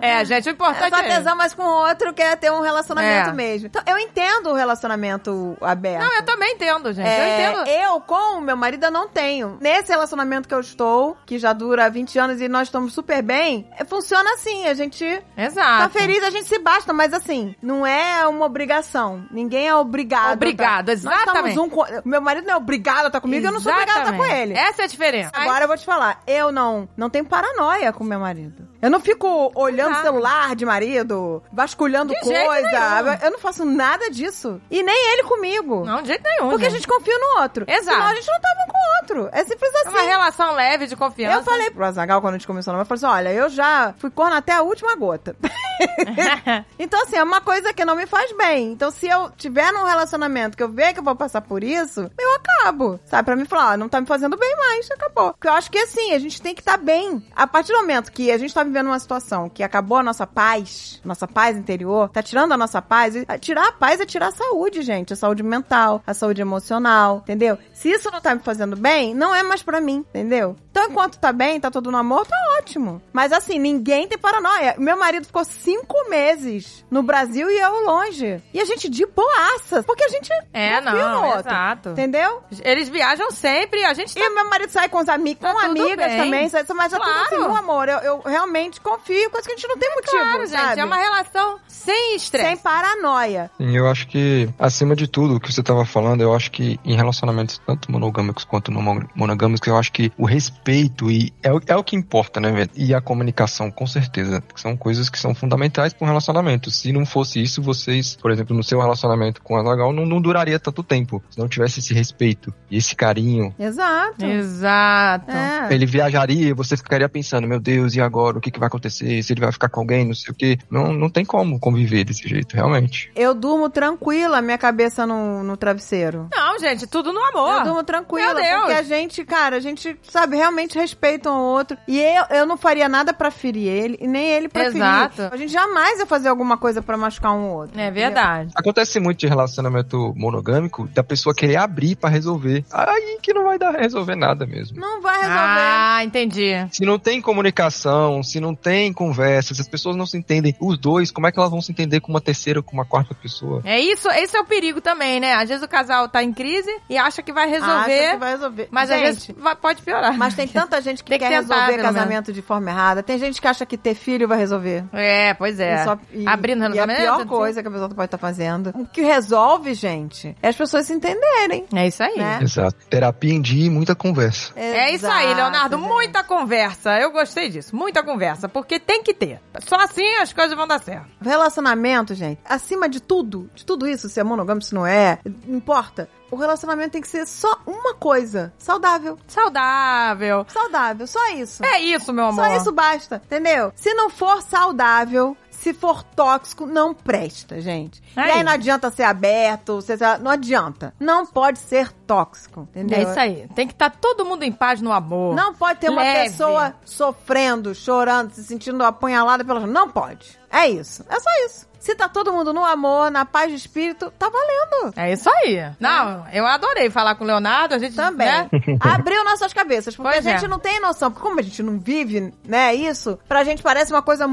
Speaker 1: é, gente, o
Speaker 2: É
Speaker 1: importante
Speaker 2: só
Speaker 1: é.
Speaker 2: tesão, mas com o outro quer ter um relacionamento
Speaker 1: É.
Speaker 2: mesmo. Então, eu entendo o relacionamento aberto.
Speaker 1: Não, eu também entendo, gente.
Speaker 2: É,
Speaker 1: Eu entendo.
Speaker 2: eu com o meu marido eu não tenho. Nesse relacionamento que eu estou, que já dura 20 anos e nós estamos super bem, é, funciona assim, a gente
Speaker 1: Exato.
Speaker 2: tá feliz, a gente se basta, mas assim, não é uma obrigação. Ninguém é obrigado.
Speaker 1: Obrigado,
Speaker 2: tá? Nós
Speaker 1: exatamente.
Speaker 2: estamos um com... Meu marido não é obrigado a estar comigo, eu não sou obrigada a estar com
Speaker 1: Exatamente.
Speaker 2: ele.
Speaker 1: Essa é a diferença.
Speaker 2: Agora eu vou te falar, eu não, não tenho paranoia com meu marido. Eu não fico olhando o
Speaker 1: Nada.
Speaker 2: celular de marido, vasculhando
Speaker 1: De jeito
Speaker 2: coisa.
Speaker 1: nenhum.
Speaker 2: Eu não faço nada disso. E nem ele comigo.
Speaker 1: Não, de jeito nenhum.
Speaker 2: Porque a gente confia no outro.
Speaker 1: Exato.
Speaker 2: Senão a gente não tava um com o outro. É simples
Speaker 1: É uma
Speaker 2: assim.
Speaker 1: relação leve de confiança.
Speaker 2: eu falei pro Azagal quando a gente começou a namorar, eu falei assim, olha, eu já fui corno até a última gota. então, assim, é uma coisa que não me faz bem. Então, se eu tiver num relacionamento que eu ver que eu vou passar por isso, eu acabo. Sabe? Pra mim falar, ó, não tá me fazendo bem mais, acabou. Porque eu acho que assim, a gente tem que estar bem. A partir do momento que a gente tá vivendo uma situação que acabou a nossa paz, nossa paz interior, tá tirando a nossa paz, e tirar a paz é tirar a saúde, gente. A saúde mental, a saúde emocional, entendeu? Se isso não tá me fazendo bem, não é mais pra mim, entendeu? Então, enquanto tá bem, tá todo no amor, tá ótimo. Mas assim, ninguém tem paranoia. Meu marido ficou cinco meses no Brasil e eu longe. E a gente de boaça, porque a gente
Speaker 1: É,
Speaker 2: confia no
Speaker 1: não,
Speaker 2: outro,
Speaker 1: exato.
Speaker 2: Entendeu?
Speaker 1: Eles viajam sempre, a gente tá...
Speaker 2: E meu marido sai com, os ami
Speaker 1: Tá
Speaker 2: com
Speaker 1: tudo
Speaker 2: amigas
Speaker 1: bem.
Speaker 2: também, sai- mas é tudo
Speaker 1: Claro.
Speaker 2: assim, no amor. Eu, eu realmente confio, coisa que a gente não tem motivo,
Speaker 1: Claro, gente,
Speaker 2: tipo, sabe?
Speaker 1: é uma relação sem
Speaker 2: Sem
Speaker 1: estresse.
Speaker 2: paranoia.
Speaker 8: E eu acho que, acima de tudo, o que você estava falando, eu acho que em relacionamentos tanto monogâmicos quanto não mon- monogâmicos, eu acho que o respeito e é, o- é o que importa, né, velho? E a comunicação, com certeza, que são coisas que são fundamentais para um relacionamento. Se não fosse isso, vocês, por exemplo, no seu relacionamento com a Zagal, não, não duraria tanto tempo. Se não tivesse esse respeito e esse carinho,
Speaker 2: Exato.
Speaker 1: Exato.
Speaker 2: É.
Speaker 8: ele viajaria e você ficaria pensando, meu Deus, e agora? O que, que vai acontecer? Se ele vai ficar com alguém, não sei o quê. Não, não tem como conviver desse jeito, realmente.
Speaker 2: Eu durmo tranquila, minha cabeça no, no travesseiro.
Speaker 1: Não, gente, tudo no
Speaker 2: Eu
Speaker 1: amor.
Speaker 2: durmo tranquila,
Speaker 1: Meu Deus.
Speaker 2: porque a gente, cara, a gente, sabe, realmente respeita um ao outro. E eu, eu não faria nada pra ferir ele, e nem ele pra
Speaker 1: Exato.
Speaker 2: ferir. A gente jamais ia fazer alguma coisa pra machucar um ao outro.
Speaker 1: É verdade.
Speaker 8: Acontece muito de relacionamento monogâmico da pessoa querer abrir pra resolver. Aí que não vai dar resolver nada mesmo.
Speaker 2: Não vai resolver.
Speaker 1: Ah, entendi.
Speaker 8: Se não tem comunicação, se não tem conversa, se as pessoas não se entendem, os dois, como é que elas vão se entender com uma terceira, com uma quarta pessoa?
Speaker 1: É isso, esse é o perigo também, né? Às vezes o casal tá em crise e acha que vai
Speaker 2: Acha
Speaker 1: resolver,
Speaker 2: Ah, que vai resolver.
Speaker 1: mas
Speaker 2: gente,
Speaker 1: às vezes vai- pode piorar.
Speaker 2: Mas tem tanta gente que,
Speaker 1: Tem que
Speaker 2: quer
Speaker 1: tentar,
Speaker 2: resolver
Speaker 1: pelo menos.
Speaker 2: casamento de forma errada. Tem gente que acha que ter filho vai resolver.
Speaker 1: É, pois é.
Speaker 2: E só- e-
Speaker 1: Abrindo
Speaker 2: e é a
Speaker 1: relacionamento.
Speaker 2: pior coisa que a pessoa pode estar fazendo. O que resolve, gente, é as pessoas se entenderem.
Speaker 1: É isso aí.
Speaker 2: Né?
Speaker 8: Exato. Terapia em dia e muita conversa.
Speaker 1: É isso aí,
Speaker 2: Exato, né?
Speaker 1: Leonardo.
Speaker 2: gente.
Speaker 1: Muita conversa. Eu gostei disso. Muita conversa. Porque tem que ter. Só assim as coisas vão dar certo.
Speaker 2: Relacionamento, gente, acima de tudo, de tudo isso, se é monogâmico, se não é, não importa. O relacionamento tem que ser só uma coisa: saudável.
Speaker 1: Saudável.
Speaker 2: Saudável, só isso.
Speaker 1: É isso, meu amor.
Speaker 2: Só isso basta, entendeu? Se não for saudável, se for tóxico, não presta, gente.
Speaker 1: Aí.
Speaker 2: E aí não adianta ser aberto, ser, ser- não adianta. Não pode ser tóxico, entendeu?
Speaker 1: É isso aí. Tem que estar todo mundo em paz no amor.
Speaker 2: Não pode ter uma
Speaker 1: Leve.
Speaker 2: pessoa sofrendo, chorando, se sentindo apunhalada pelas. Não pode. É isso. É só isso. Se tá todo mundo no amor, na paz de espírito, tá valendo.
Speaker 1: É isso aí. Não, eu adorei falar com o Leonardo. A gente
Speaker 2: Também.
Speaker 1: né?
Speaker 2: Abriu nossas cabeças. Porque
Speaker 1: Pois
Speaker 2: a
Speaker 1: é.
Speaker 2: gente não tem noção. Porque como a gente não vive, né, isso, pra gente parece uma coisa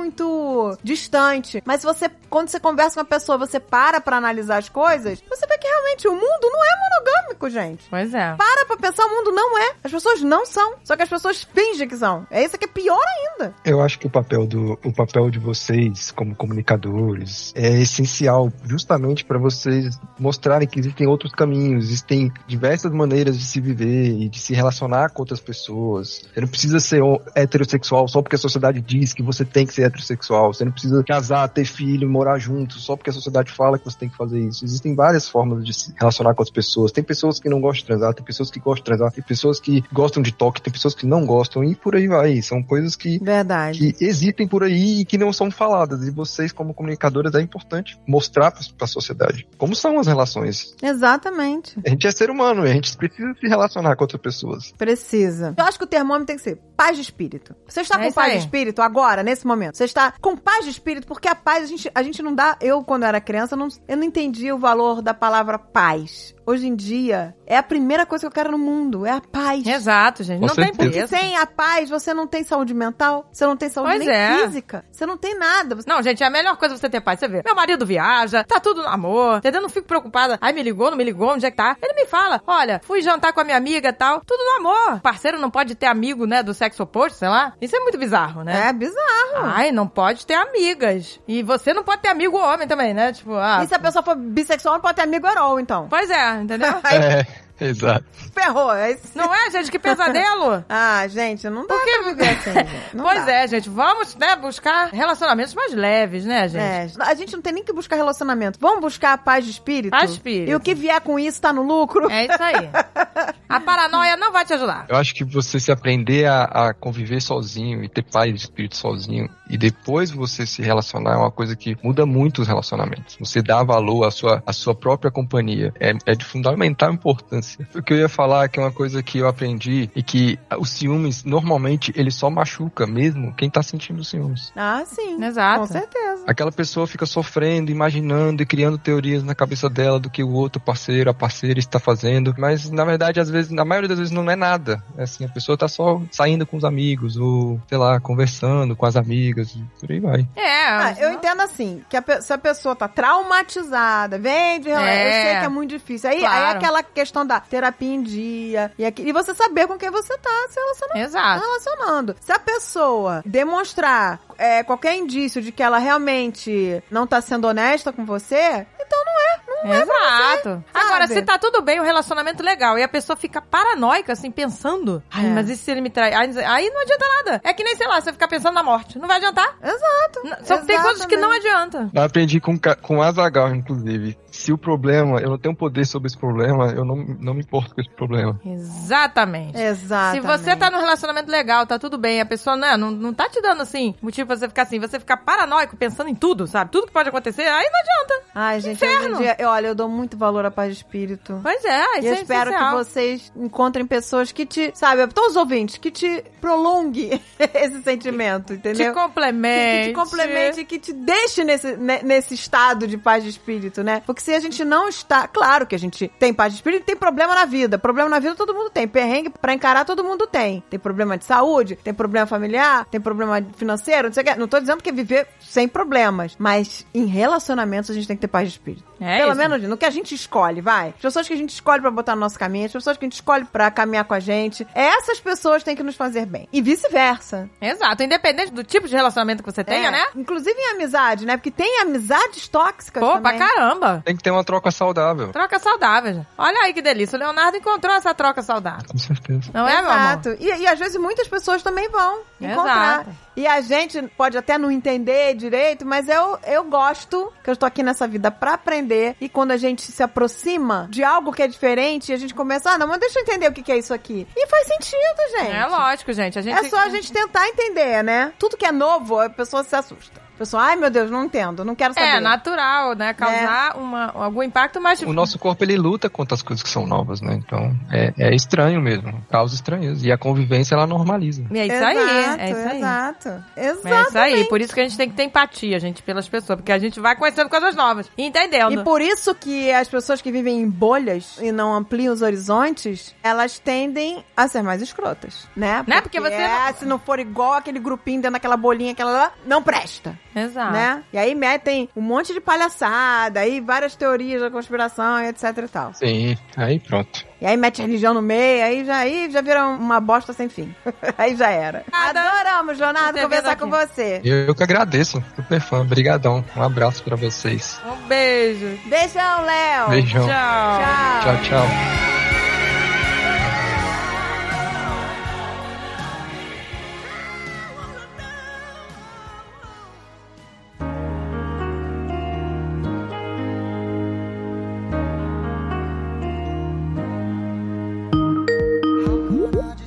Speaker 2: muito distante. Mas se você, quando você conversa com uma pessoa, você para pra analisar as coisas, você vê que realmente o mundo não é monogâmico, gente.
Speaker 1: Pois é.
Speaker 2: Para pra pensar, o mundo não é. As pessoas não são. Só que as pessoas fingem que são. É isso que é pior ainda.
Speaker 8: Eu acho que o papel, do, o papel de vocês como comunicadores é essencial justamente para vocês mostrarem que existem outros caminhos, existem diversas maneiras de se viver e de se relacionar com outras pessoas. Você não precisa ser o- heterossexual só porque a sociedade diz que você tem que ser heterossexual. Você não precisa casar, ter filho, morar junto só porque a sociedade fala que você tem que fazer isso. Existem várias formas de se relacionar com as pessoas. Tem pessoas que não gostam de transar, tem pessoas que gostam de transar, tem pessoas que gostam de toque, tem pessoas que não gostam e por aí vai. São coisas que
Speaker 2: Verdade.
Speaker 8: que existem por aí e que não são faladas. E vocês, como comunicadoras, é importante mostrar para a sociedade como são as relações.
Speaker 2: Exatamente.
Speaker 8: A gente é ser humano e a gente precisa se relacionar com outras pessoas.
Speaker 2: Precisa. Eu acho que o termômetro tem que ser paz de espírito. Você está
Speaker 1: É
Speaker 2: com
Speaker 1: isso
Speaker 2: paz
Speaker 1: aí.
Speaker 2: de espírito agora, nesse momento? Você está com paz de espírito porque a paz, a gente, a gente não dá. Eu, quando era criança, não- eu não entendia o valor da palavra paz. Hoje em dia, é a primeira coisa que eu quero no mundo: é a paz.
Speaker 1: Exato, gente.
Speaker 8: Com
Speaker 1: não tem
Speaker 8: certeza.
Speaker 2: Porque
Speaker 1: preço.
Speaker 2: sem a paz, você não tem saúde mental, você não tem saúde
Speaker 1: Pois
Speaker 2: nem
Speaker 1: é.
Speaker 2: física, você não tem nada. Você-
Speaker 1: Não, gente, é a melhor coisa você ter paz. Você vê, meu marido viaja, tá tudo no amor, entendeu? Não fico preocupada. Ai, me ligou, não me ligou, onde é que tá? Ele me fala, olha, fui jantar com a minha amiga e tal, tudo no amor. Parceiro não pode ter amigo, né, do sexo oposto, sei lá. Isso é muito bizarro, né?
Speaker 2: É bizarro.
Speaker 1: Ai, não pode ter amigas. E você não pode ter amigo homem também, né? Tipo, ah...
Speaker 2: E se a pessoa for bissexual, não pode ter amigo herói, então.
Speaker 1: Pois é, entendeu?
Speaker 8: É, exato.
Speaker 2: Ferrou. É isso.
Speaker 1: não é, gente? Que pesadelo!
Speaker 2: Ah, gente, não dá
Speaker 1: Porque-
Speaker 2: pra viver assim, gente. Não
Speaker 1: pois
Speaker 2: dá.
Speaker 1: é, gente. Vamos, né, buscar relacionamentos mais leves, né, gente?
Speaker 2: É, a gente não tem nem que buscar relacionamento. Vamos buscar a paz de espírito.
Speaker 1: Paz de espírito.
Speaker 2: E o que vier com isso tá no lucro.
Speaker 1: É isso aí. A paranoia não vai te ajudar.
Speaker 8: Eu acho que você se aprender a, a conviver sozinho e ter paz de espírito sozinho e depois você se relacionar é uma coisa que muda muito os relacionamentos. Você dá valor à sua, à sua própria companhia. É, é de fundamental importância. O que eu ia falar que é uma coisa que eu aprendi e que os ciúmes, normalmente, ele só machuca mesmo quem tá sentindo ciúmes.
Speaker 2: Ah, sim.
Speaker 1: Exato.
Speaker 2: Com certeza.
Speaker 8: Aquela pessoa fica sofrendo, imaginando e criando teorias na cabeça dela do que o outro parceiro, a parceira está fazendo. Mas na verdade, às vezes, na maioria das vezes não é nada. É assim, a pessoa tá só saindo com os amigos, ou, sei lá, conversando com as amigas, e por aí vai.
Speaker 1: É,
Speaker 2: Ah, eu
Speaker 1: não-
Speaker 2: entendo assim, que a pe- se a pessoa tá traumatizada, vem de relação,
Speaker 1: É.
Speaker 2: eu sei que é muito difícil. Aí,
Speaker 1: Claro.
Speaker 2: aí é aquela questão da terapia em dia, e, aqui- e você saber com quem você tá se relacionando.
Speaker 1: Exato.
Speaker 2: relacionando. Se a pessoa demonstrar é, qualquer indício de que ela realmente não tá sendo honesta com você, então não é, não
Speaker 1: Exato. Agora,
Speaker 2: sabe?
Speaker 1: se tá tudo bem, o relacionamento legal, e a pessoa fica paranoica, assim, pensando, ai,
Speaker 2: É.
Speaker 1: mas e se ele me trair? Ai, Aí não adianta nada. É que nem, sei lá, você ficar pensando na morte. Não vai adiantar.
Speaker 2: Exato.
Speaker 1: N- Só tem coisas que não adianta.
Speaker 8: Eu aprendi com, ca- com Azagal, inclusive. Se o problema, eu não tenho poder sobre esse problema, eu não, não me importo com esse problema.
Speaker 1: Exatamente.
Speaker 2: Exato.
Speaker 1: Se você tá num relacionamento legal, tá tudo bem, a pessoa né, não, não tá te dando assim motivo pra você ficar assim, você ficar paranoico pensando em tudo, sabe? Tudo que pode acontecer, aí não adianta.
Speaker 2: Ai, gente, hoje em
Speaker 1: inferno.
Speaker 2: dia, eu- olha, eu dou muito valor à paz de espírito.
Speaker 1: Pois é, aí
Speaker 2: E eu espero que vocês encontrem pessoas que te, sabe, todos os ouvintes, que te prolongue esse sentimento,
Speaker 1: te
Speaker 2: entendeu?
Speaker 1: complemente.
Speaker 2: que te complemente, que te deixe nesse, ne- nesse estado de paz de espírito, né? Porque se a gente não está. Claro que a gente tem paz de espírito, tem problema na vida. Problema na vida todo mundo tem. Perrengue pra encarar todo mundo tem. Tem problema de saúde, tem problema familiar, tem problema financeiro, não sei o que. Não tô dizendo que é viver sem problemas, mas em relacionamentos a gente tem que ter paz de espírito.
Speaker 1: É
Speaker 2: Pelo
Speaker 1: isso.
Speaker 2: menos no que a gente escolhe, vai. As pessoas que a gente escolhe pra botar no nosso caminho, as pessoas que a gente escolhe pra caminhar com a gente, essas pessoas têm que nos fazer bem. E vice-versa.
Speaker 1: Exato, independente do tipo de relacionamento que você tenha,
Speaker 2: É,
Speaker 1: né?
Speaker 2: Inclusive em amizade, né? Porque tem amizades tóxicas
Speaker 1: Pô, pra
Speaker 2: também.
Speaker 1: caramba.
Speaker 8: Tem que ter uma troca saudável.
Speaker 1: Troca saudável. gente. Olha aí que delícia. O Leonardo encontrou essa troca saudável.
Speaker 8: Com certeza.
Speaker 1: Não é, meu amor?
Speaker 2: Exato. E, e às vezes muitas pessoas também vão encontrar.
Speaker 1: Exato.
Speaker 2: E a gente pode até não entender direito, mas eu, eu gosto que eu tô aqui nessa vida pra aprender. E quando a gente se aproxima de algo que é diferente, a gente começa, ah, não, mas deixa eu entender o que, que é isso aqui. E faz sentido, gente.
Speaker 1: É lógico, gente. A gente...
Speaker 2: É só a gente tentar entender, né? Tudo que é novo, a pessoa se assusta. A pessoa, ai meu Deus, não entendo, não quero saber. É.
Speaker 1: É natural, né? Causar uma, algum impacto, mas...
Speaker 8: O nosso corpo, ele luta contra as coisas que são novas, né? Então, é, é estranho mesmo. Causa estranheza. E a convivência, ela normaliza.
Speaker 1: É isso aí, é isso aí.
Speaker 2: Exato,
Speaker 1: É
Speaker 2: exato.
Speaker 1: isso aí, por isso que a gente tem que ter empatia, gente, pelas pessoas, porque a gente vai conhecendo coisas novas, e entendendo.
Speaker 2: E por isso que as pessoas que vivem em bolhas e não ampliam os horizontes, elas tendem a ser mais escrotas, né?
Speaker 1: Né? Porque você
Speaker 2: é,
Speaker 1: não-
Speaker 2: se não for igual aquele grupinho dentro daquela bolinha, aquela lá, não presta,
Speaker 1: Exato.
Speaker 2: né? E aí metem um monte de palhaçada, aí várias teorias da conspiração, etc e tal.
Speaker 8: Sim, aí pronto.
Speaker 2: E aí mete religião no meio, aí já, aí já vira uma bosta sem fim. aí já era. Adoramos, Leonardo,
Speaker 1: Você
Speaker 2: conversar
Speaker 1: vendo
Speaker 2: com
Speaker 1: aqui.
Speaker 2: você.
Speaker 8: Eu, eu que agradeço. Super fã. Obrigadão. Um abraço pra vocês.
Speaker 1: Um beijo.
Speaker 2: Beijão, Léo.
Speaker 8: Beijão.
Speaker 1: Tchau.
Speaker 2: Tchau.
Speaker 8: Tchau, tchau.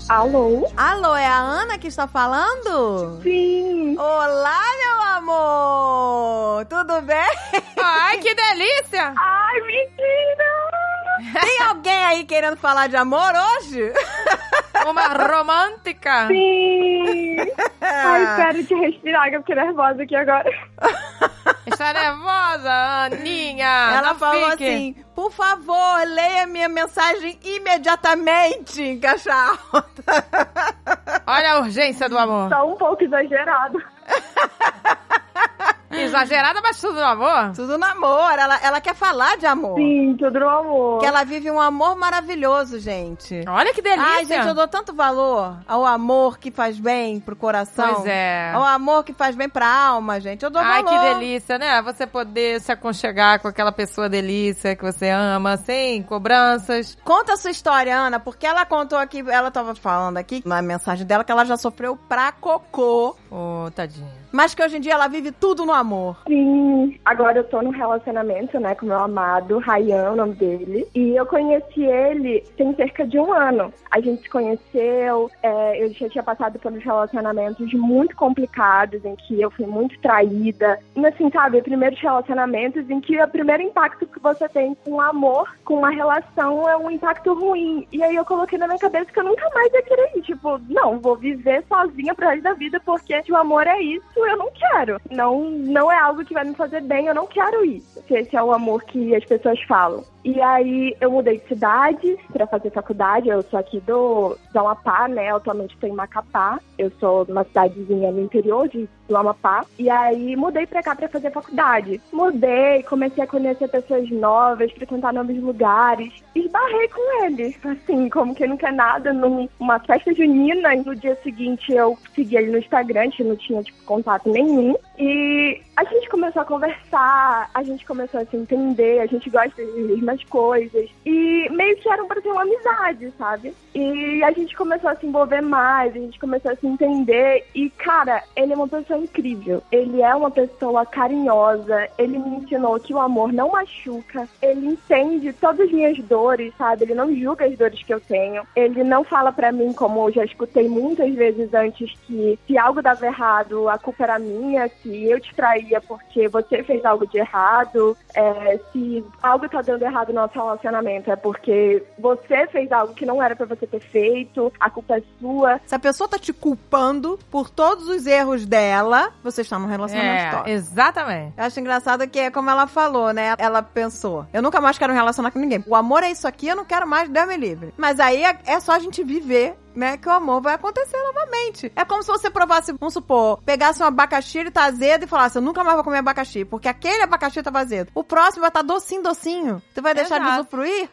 Speaker 5: Alô?
Speaker 2: Alô, é a Ana que está falando?
Speaker 5: Sim.
Speaker 2: Olá, meu amor! Tudo bem?
Speaker 1: Ai, que delícia!
Speaker 5: Ai, mentira!
Speaker 2: Tem alguém aí querendo falar de amor hoje?
Speaker 1: Uma romântica.
Speaker 5: Sim! Ai, espero te respirar, que eu fiquei nervosa aqui agora.
Speaker 1: Está nervosa, Aninha.
Speaker 2: Ela
Speaker 1: Ah, Não
Speaker 2: falou
Speaker 1: fique.
Speaker 2: assim: por favor, leia minha mensagem imediatamente em caixa alta.
Speaker 1: Olha a urgência do amor.
Speaker 5: Tá um pouco exagerado.
Speaker 1: Exagerada, mas tudo do amor.
Speaker 2: Tudo no amor, ela, ela quer falar de amor.
Speaker 5: Sim, tudo no amor.
Speaker 2: Que ela vive um amor maravilhoso, gente.
Speaker 1: Olha que delícia.
Speaker 2: Ai, gente, eu dou tanto valor ao amor que faz bem pro coração.
Speaker 1: Pois é.
Speaker 2: Ao amor que faz bem pra alma, gente. Eu dou
Speaker 1: Ai,
Speaker 2: valor.
Speaker 1: que delícia, né? Você poder se aconchegar com aquela pessoa delícia que você ama, sem cobranças.
Speaker 2: Conta a sua história, Ana, porque ela contou aqui, ela tava falando aqui na mensagem dela que ela já sofreu pra cocô,
Speaker 1: Ô, tadinha.
Speaker 2: mas que hoje em dia ela vive tudo no amor.
Speaker 5: Sim, agora eu tô num relacionamento, né, com meu amado, Rayan, o nome dele. E eu conheci ele tem cerca de um ano. A gente se conheceu, é, eu já tinha passado por uns relacionamentos muito complicados, em que eu fui muito traída. E assim, sabe, primeiros relacionamentos em que o primeiro impacto que você tem com o amor, com uma relação, é um impacto ruim. E aí eu coloquei na minha cabeça que eu nunca mais ia querer ir. Tipo, não, vou viver sozinha pro resto da vida, porque se o amor é isso, eu não quero. Não, não é algo que vai me fazer bem, eu não quero isso. Se esse é o amor que as pessoas falam. E aí eu mudei de cidade pra fazer faculdade, eu sou aqui do do Amapá, né? Eu Atualmente estou em Macapá. Eu sou de uma cidadezinha no interior de do Amapá. E aí mudei pra cá pra fazer faculdade. Mudei, comecei a conhecer pessoas novas, frequentar novos lugares. Esbarrei com ele. Assim, como quem não quer nada, numa festa junina. E no dia seguinte eu segui ele no Instagram, a gente não tinha, tipo, contato nenhum. E aí a gente começou a conversar, a gente começou a se entender, a gente gosta das mesmas coisas. E meio que eram pra ser uma amizade, sabe? E a gente começou a se envolver mais, a gente começou a se entender. E, cara, ele é uma pessoa incrível. Ele é uma pessoa carinhosa, ele me ensinou que o amor não machuca, ele entende todas as minhas dores, sabe? Ele não julga as dores que eu tenho. Ele não fala pra mim, como eu já escutei muitas vezes antes, que se algo dava errado, a culpa era minha, que eu te traía porque você fez algo de errado, é, se algo tá dando errado no nosso relacionamento é porque você fez algo que não era pra você ter feito, a culpa é sua.
Speaker 2: Se a pessoa tá te culpando por todos os erros dela, você está num relacionamento
Speaker 1: É,
Speaker 2: tóxico.
Speaker 1: exatamente.
Speaker 2: Eu acho engraçado que é como ela falou, né? Ela pensou, eu nunca mais quero me relacionar com ninguém. O amor é isso aqui, eu não quero mais, Deus me livre. Mas aí é, é só a gente viver, né? Que o amor vai acontecer novamente. É como se você provasse, vamos supor, pegasse um abacaxi, ele tá azedo e falasse, eu nunca mais vou comer abacaxi, porque aquele abacaxi tava azedo. O próximo vai estar docinho, docinho. Tu vai deixar de
Speaker 1: Exato.
Speaker 2: usufruir?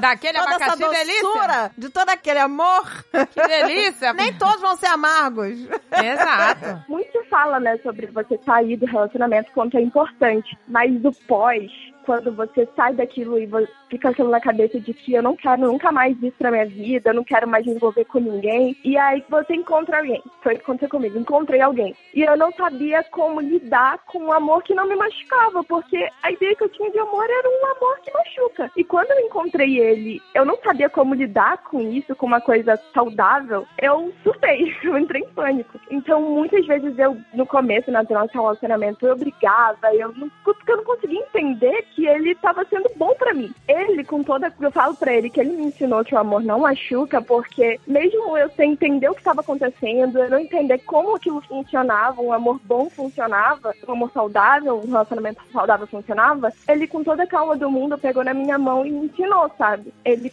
Speaker 1: Daquele
Speaker 2: toda essa
Speaker 1: abacaxi delícia.
Speaker 2: doçura, de todo aquele amor.
Speaker 1: Que delícia.
Speaker 2: Nem todos vão ser amargos.
Speaker 1: Exato.
Speaker 5: Muito se fala, né, sobre você sair do relacionamento, quanto é importante. Mas o pós, quando você sai daquilo e vo- fica aquilo na cabeça de que eu não quero nunca mais isso pra minha vida, eu não quero mais me envolver com ninguém. E aí você encontra alguém. Foi o que aconteceu comigo. Encontrei alguém. E eu não sabia como lidar com um amor que não me machucava, porque a ideia que eu tinha de amor era um amor que machuca. E quando eu encontrei ele, eu não sabia como lidar com isso, com uma coisa saudável, eu surtei, eu entrei em pânico. Então, muitas vezes eu, no começo, no nosso relacionamento, eu brigava, eu não, porque eu não conseguia entender que ele estava sendo bom pra mim. Ele, com toda. Eu falo pra ele que ele me ensinou que o amor não machuca, porque mesmo eu sem entender o que estava acontecendo, eu não entender como aquilo funcionava, um amor bom funcionava, um amor saudável, um relacionamento saudável funcionava, ele, com toda a calma do mundo, pegou na minha mão e me ensinou, sabe? Ele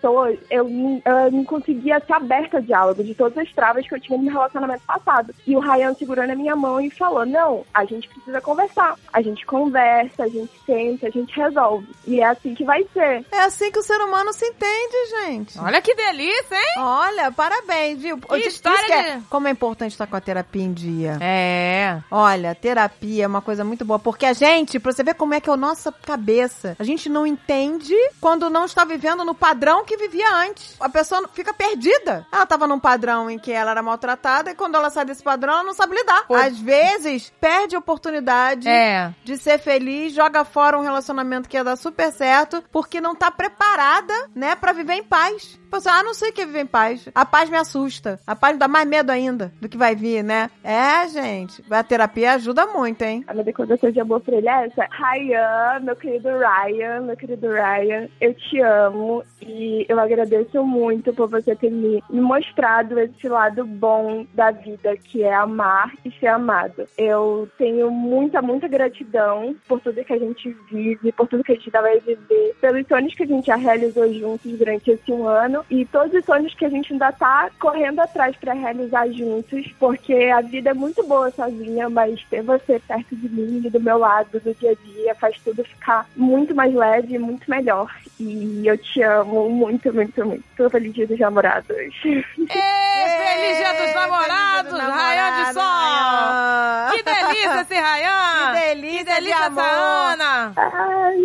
Speaker 5: conversou, eu, não- eu não conseguia ser aberta ao diálogo de todas as travas que eu tinha no meu relacionamento passado. E o Ryan segurou na minha mão e falou: Não, a gente precisa conversar. A gente conversa, a gente senta, a gente resolve. E é assim que vai ser.
Speaker 2: É assim que o ser humano se entende, gente.
Speaker 1: Olha que delícia, hein?
Speaker 2: Olha, parabéns, viu? Eu disse
Speaker 1: história
Speaker 2: que é-
Speaker 1: de-
Speaker 2: Como é importante estar com a terapia em dia.
Speaker 1: É.
Speaker 2: Olha, terapia é uma coisa muito boa, porque a gente, pra você ver como é que é a nossa cabeça, a gente não entende quando não está vivendo no padrão que vivia antes. A pessoa fica perdida. Ela tava num padrão em que ela era maltratada e quando ela sai desse padrão, ela não sabe lidar.
Speaker 1: Pô.
Speaker 2: Às vezes, perde a oportunidade
Speaker 1: É.
Speaker 2: de ser feliz, joga fora um relacionamento que ia dar super certo, porque não tá preparada, né, pra viver em paz. Você, ah, não sei o que é viver em paz. A paz me assusta. A paz me dá mais medo ainda do que vai vir, né? É, gente. A terapia ajuda muito, hein?
Speaker 5: A minha declaração de amor pra ele é essa: Ryan, meu querido Ryan, meu querido Ryan, eu te amo e eu agradeço muito por você ter me me mostrado esse lado bom da vida, que é amar e ser amado. Eu tenho muita, muita gratidão por tudo que a gente vive, por tudo que a gente ainda vai viver, pelos sonhos que a gente já realizou juntos durante esse um ano e todos os sonhos que a gente ainda tá correndo atrás pra realizar juntos, porque a vida é muito boa sozinha, mas ter você perto de mim e do meu lado do dia a dia faz tudo ficar muito mais leve e muito melhor. E eu te amo muito, muito, muito. Tô feliz dia dos namorados.
Speaker 1: Ê,
Speaker 2: É,
Speaker 1: Feliz dia dos namorados, Rayan de Sol. Que delícia esse Rayan.
Speaker 2: Que
Speaker 1: Que
Speaker 2: delícia
Speaker 1: delícia
Speaker 2: de
Speaker 1: essa
Speaker 2: amor.
Speaker 1: Ana.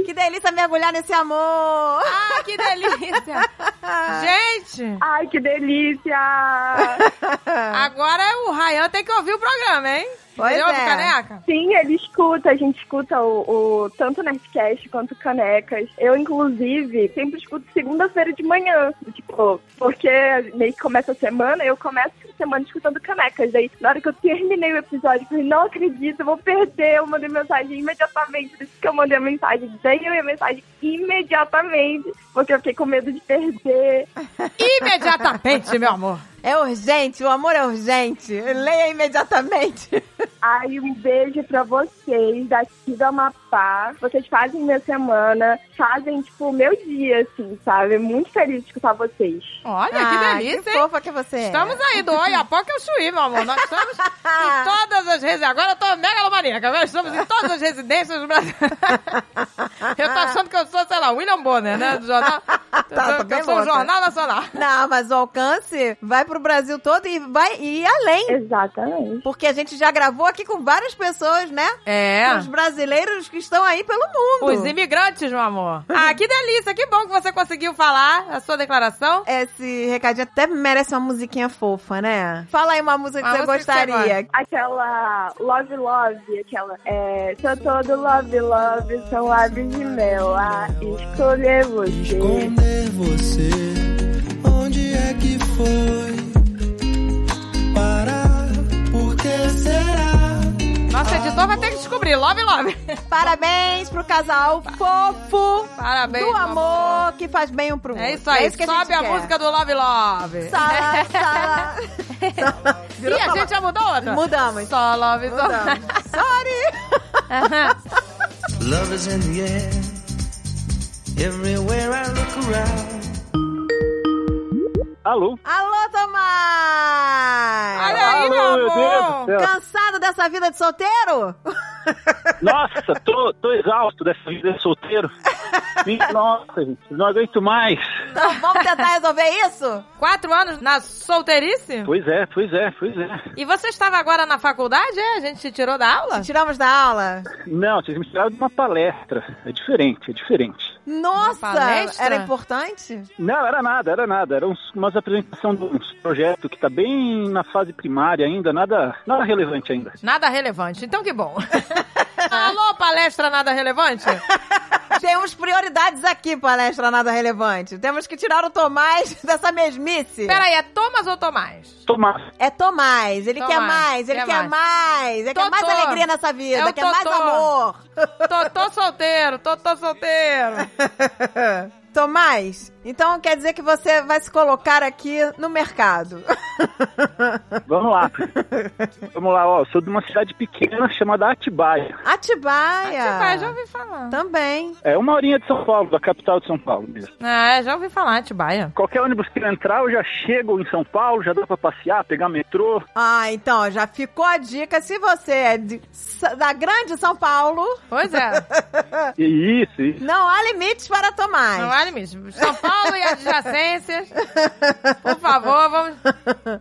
Speaker 2: Que delícia mergulhar nesse amor.
Speaker 1: Ah, que delícia. Gente,
Speaker 5: Ai, que delícia!
Speaker 1: agora o Rayan tem que ouvir o programa, hein?
Speaker 2: Pois
Speaker 1: Ele ouve
Speaker 2: é.
Speaker 1: o caneca?
Speaker 5: Sim, ele escuta, a gente escuta o, o- tanto Nerdcast quanto Canecas. Eu, inclusive, sempre escuto segunda-feira de manhã, tipo, porque meio que começa a semana, eu começo a semana escutando Canecas. Daí, na hora que eu terminei o episódio, eu falei, não acredito, eu vou perder. Eu mandei mensagem imediatamente, desde que eu mandei a mensagem, dei a mensagem imediatamente, porque eu fiquei com medo de perder.
Speaker 1: Imediatamente, meu amor.
Speaker 2: É urgente, o amor é urgente. Leia imediatamente.
Speaker 5: Ai, um beijo pra vocês daqui do Amapá. gravar. Vocês fazem minha semana, fazem, tipo, o meu dia, assim, sabe? Muito feliz de escutar vocês.
Speaker 1: Olha,
Speaker 2: Ah,
Speaker 1: que delícia,
Speaker 2: que
Speaker 1: hein?
Speaker 2: fofa que você é.
Speaker 1: Estamos aí do Oiapoca ao Chuí, meu amor. Nós estamos em todas as residências. Agora eu tô megalomaníaca. Agora estamos em todas as residências do Brasil. Eu tô achando que eu sou, sei lá, William Bonner, né? Do jornal.
Speaker 2: tá
Speaker 1: eu,
Speaker 2: bem
Speaker 1: eu sou o
Speaker 2: louca.
Speaker 1: Jornal Nacional.
Speaker 2: Não, mas o alcance vai pro Brasil todo e vai e além.
Speaker 5: Exatamente.
Speaker 2: Porque a gente já gravou aqui com várias pessoas, né?
Speaker 1: É.
Speaker 2: Com Os brasileiros que estão aí pelo mundo.
Speaker 1: Os imigrantes, meu amor. Ah, que delícia. Que bom que você conseguiu falar a sua declaração.
Speaker 2: Esse recadinho até merece uma musiquinha fofa, né? Fala aí uma música que
Speaker 1: Uma
Speaker 2: você
Speaker 1: música que você
Speaker 2: gostaria.
Speaker 5: Aquela Love Love, aquela é, Sou todo Love Love, são lábios de mel a escolher você.
Speaker 6: Esconder você, onde é que foi? Parar, por que será?
Speaker 1: Nosso editor vai ter que descobrir. Love, love.
Speaker 2: Parabéns pro casal fofo
Speaker 1: Parabéns,
Speaker 2: do
Speaker 1: meu
Speaker 2: amor que faz bem um pro outro.
Speaker 1: É isso aí.
Speaker 2: que
Speaker 1: Sobe a,
Speaker 2: gente quer.
Speaker 1: música do Love, love.
Speaker 2: Sala, sala.
Speaker 1: E a gente já mudou outra?
Speaker 2: Mudamos.
Speaker 1: Só love, só.
Speaker 2: Mudamos. Sorry!
Speaker 6: Love is in the air. Everywhere I look around.
Speaker 4: Alô?
Speaker 2: Alô, Tomás!
Speaker 1: Olha aí, meu
Speaker 4: Alô, meu Deus do
Speaker 1: amor.
Speaker 4: céu.
Speaker 2: Cansado dessa vida de solteiro?
Speaker 9: Nossa, tô, tô exausto dessa vida de solteiro. Minha Nossa, gente, não aguento mais.
Speaker 2: Então vamos tentar resolver isso?
Speaker 1: Quatro anos na solteirice?
Speaker 9: Pois é, pois é, pois é.
Speaker 1: E você estava agora na faculdade, é? A gente te tirou da aula?
Speaker 2: Tiramos da aula.
Speaker 9: Não, vocês me tiraram de uma palestra. É diferente, é diferente.
Speaker 2: Nossa,
Speaker 1: palestra?
Speaker 2: era importante?
Speaker 9: Não, era nada, era nada. Era uns, umas apresentação de uns projeto que tá bem na fase primária ainda, nada, nada relevante ainda.
Speaker 1: Nada relevante. Então que bom. Alô, palestra nada relevante?
Speaker 2: Temos prioridades aqui, palestra nada relevante. Temos que tirar o Tomás dessa mesmice.
Speaker 1: Peraí, é Thomas ou Tomás?
Speaker 9: Tomás,
Speaker 2: É Tomás, ele
Speaker 1: Tomás,
Speaker 2: quer mais, ele
Speaker 1: quer mais.
Speaker 2: quer, mais. ele quer mais
Speaker 1: Totó.
Speaker 2: alegria nessa
Speaker 1: É
Speaker 2: vida,
Speaker 1: o
Speaker 2: quer mais
Speaker 1: Totó.
Speaker 2: amor.
Speaker 1: Tô, tô solteiro, tô, tô solteiro.
Speaker 2: Tomás, então quer dizer que você vai se colocar aqui no mercado.
Speaker 9: vamos lá. vamos lá, ó. Sou de uma cidade pequena chamada Atibaia.
Speaker 2: Atibaia.
Speaker 1: Atibaia, já ouvi falar.
Speaker 2: Também.
Speaker 9: É uma horinha de São Paulo, da capital de São Paulo mesmo.
Speaker 1: Ah, já ouvi falar, Atibaia.
Speaker 9: Qualquer ônibus que eu entrar, eu já chego em São Paulo, já dá pra passear, pegar metrô.
Speaker 2: Ah, então, já ficou a dica. Se você é de- sa- da grande São Paulo,
Speaker 1: Pois é,
Speaker 9: E Isso, isso.
Speaker 2: não há limites para Tomás.
Speaker 1: não há limite. São Paulo e adjacências. Por favor, vamos.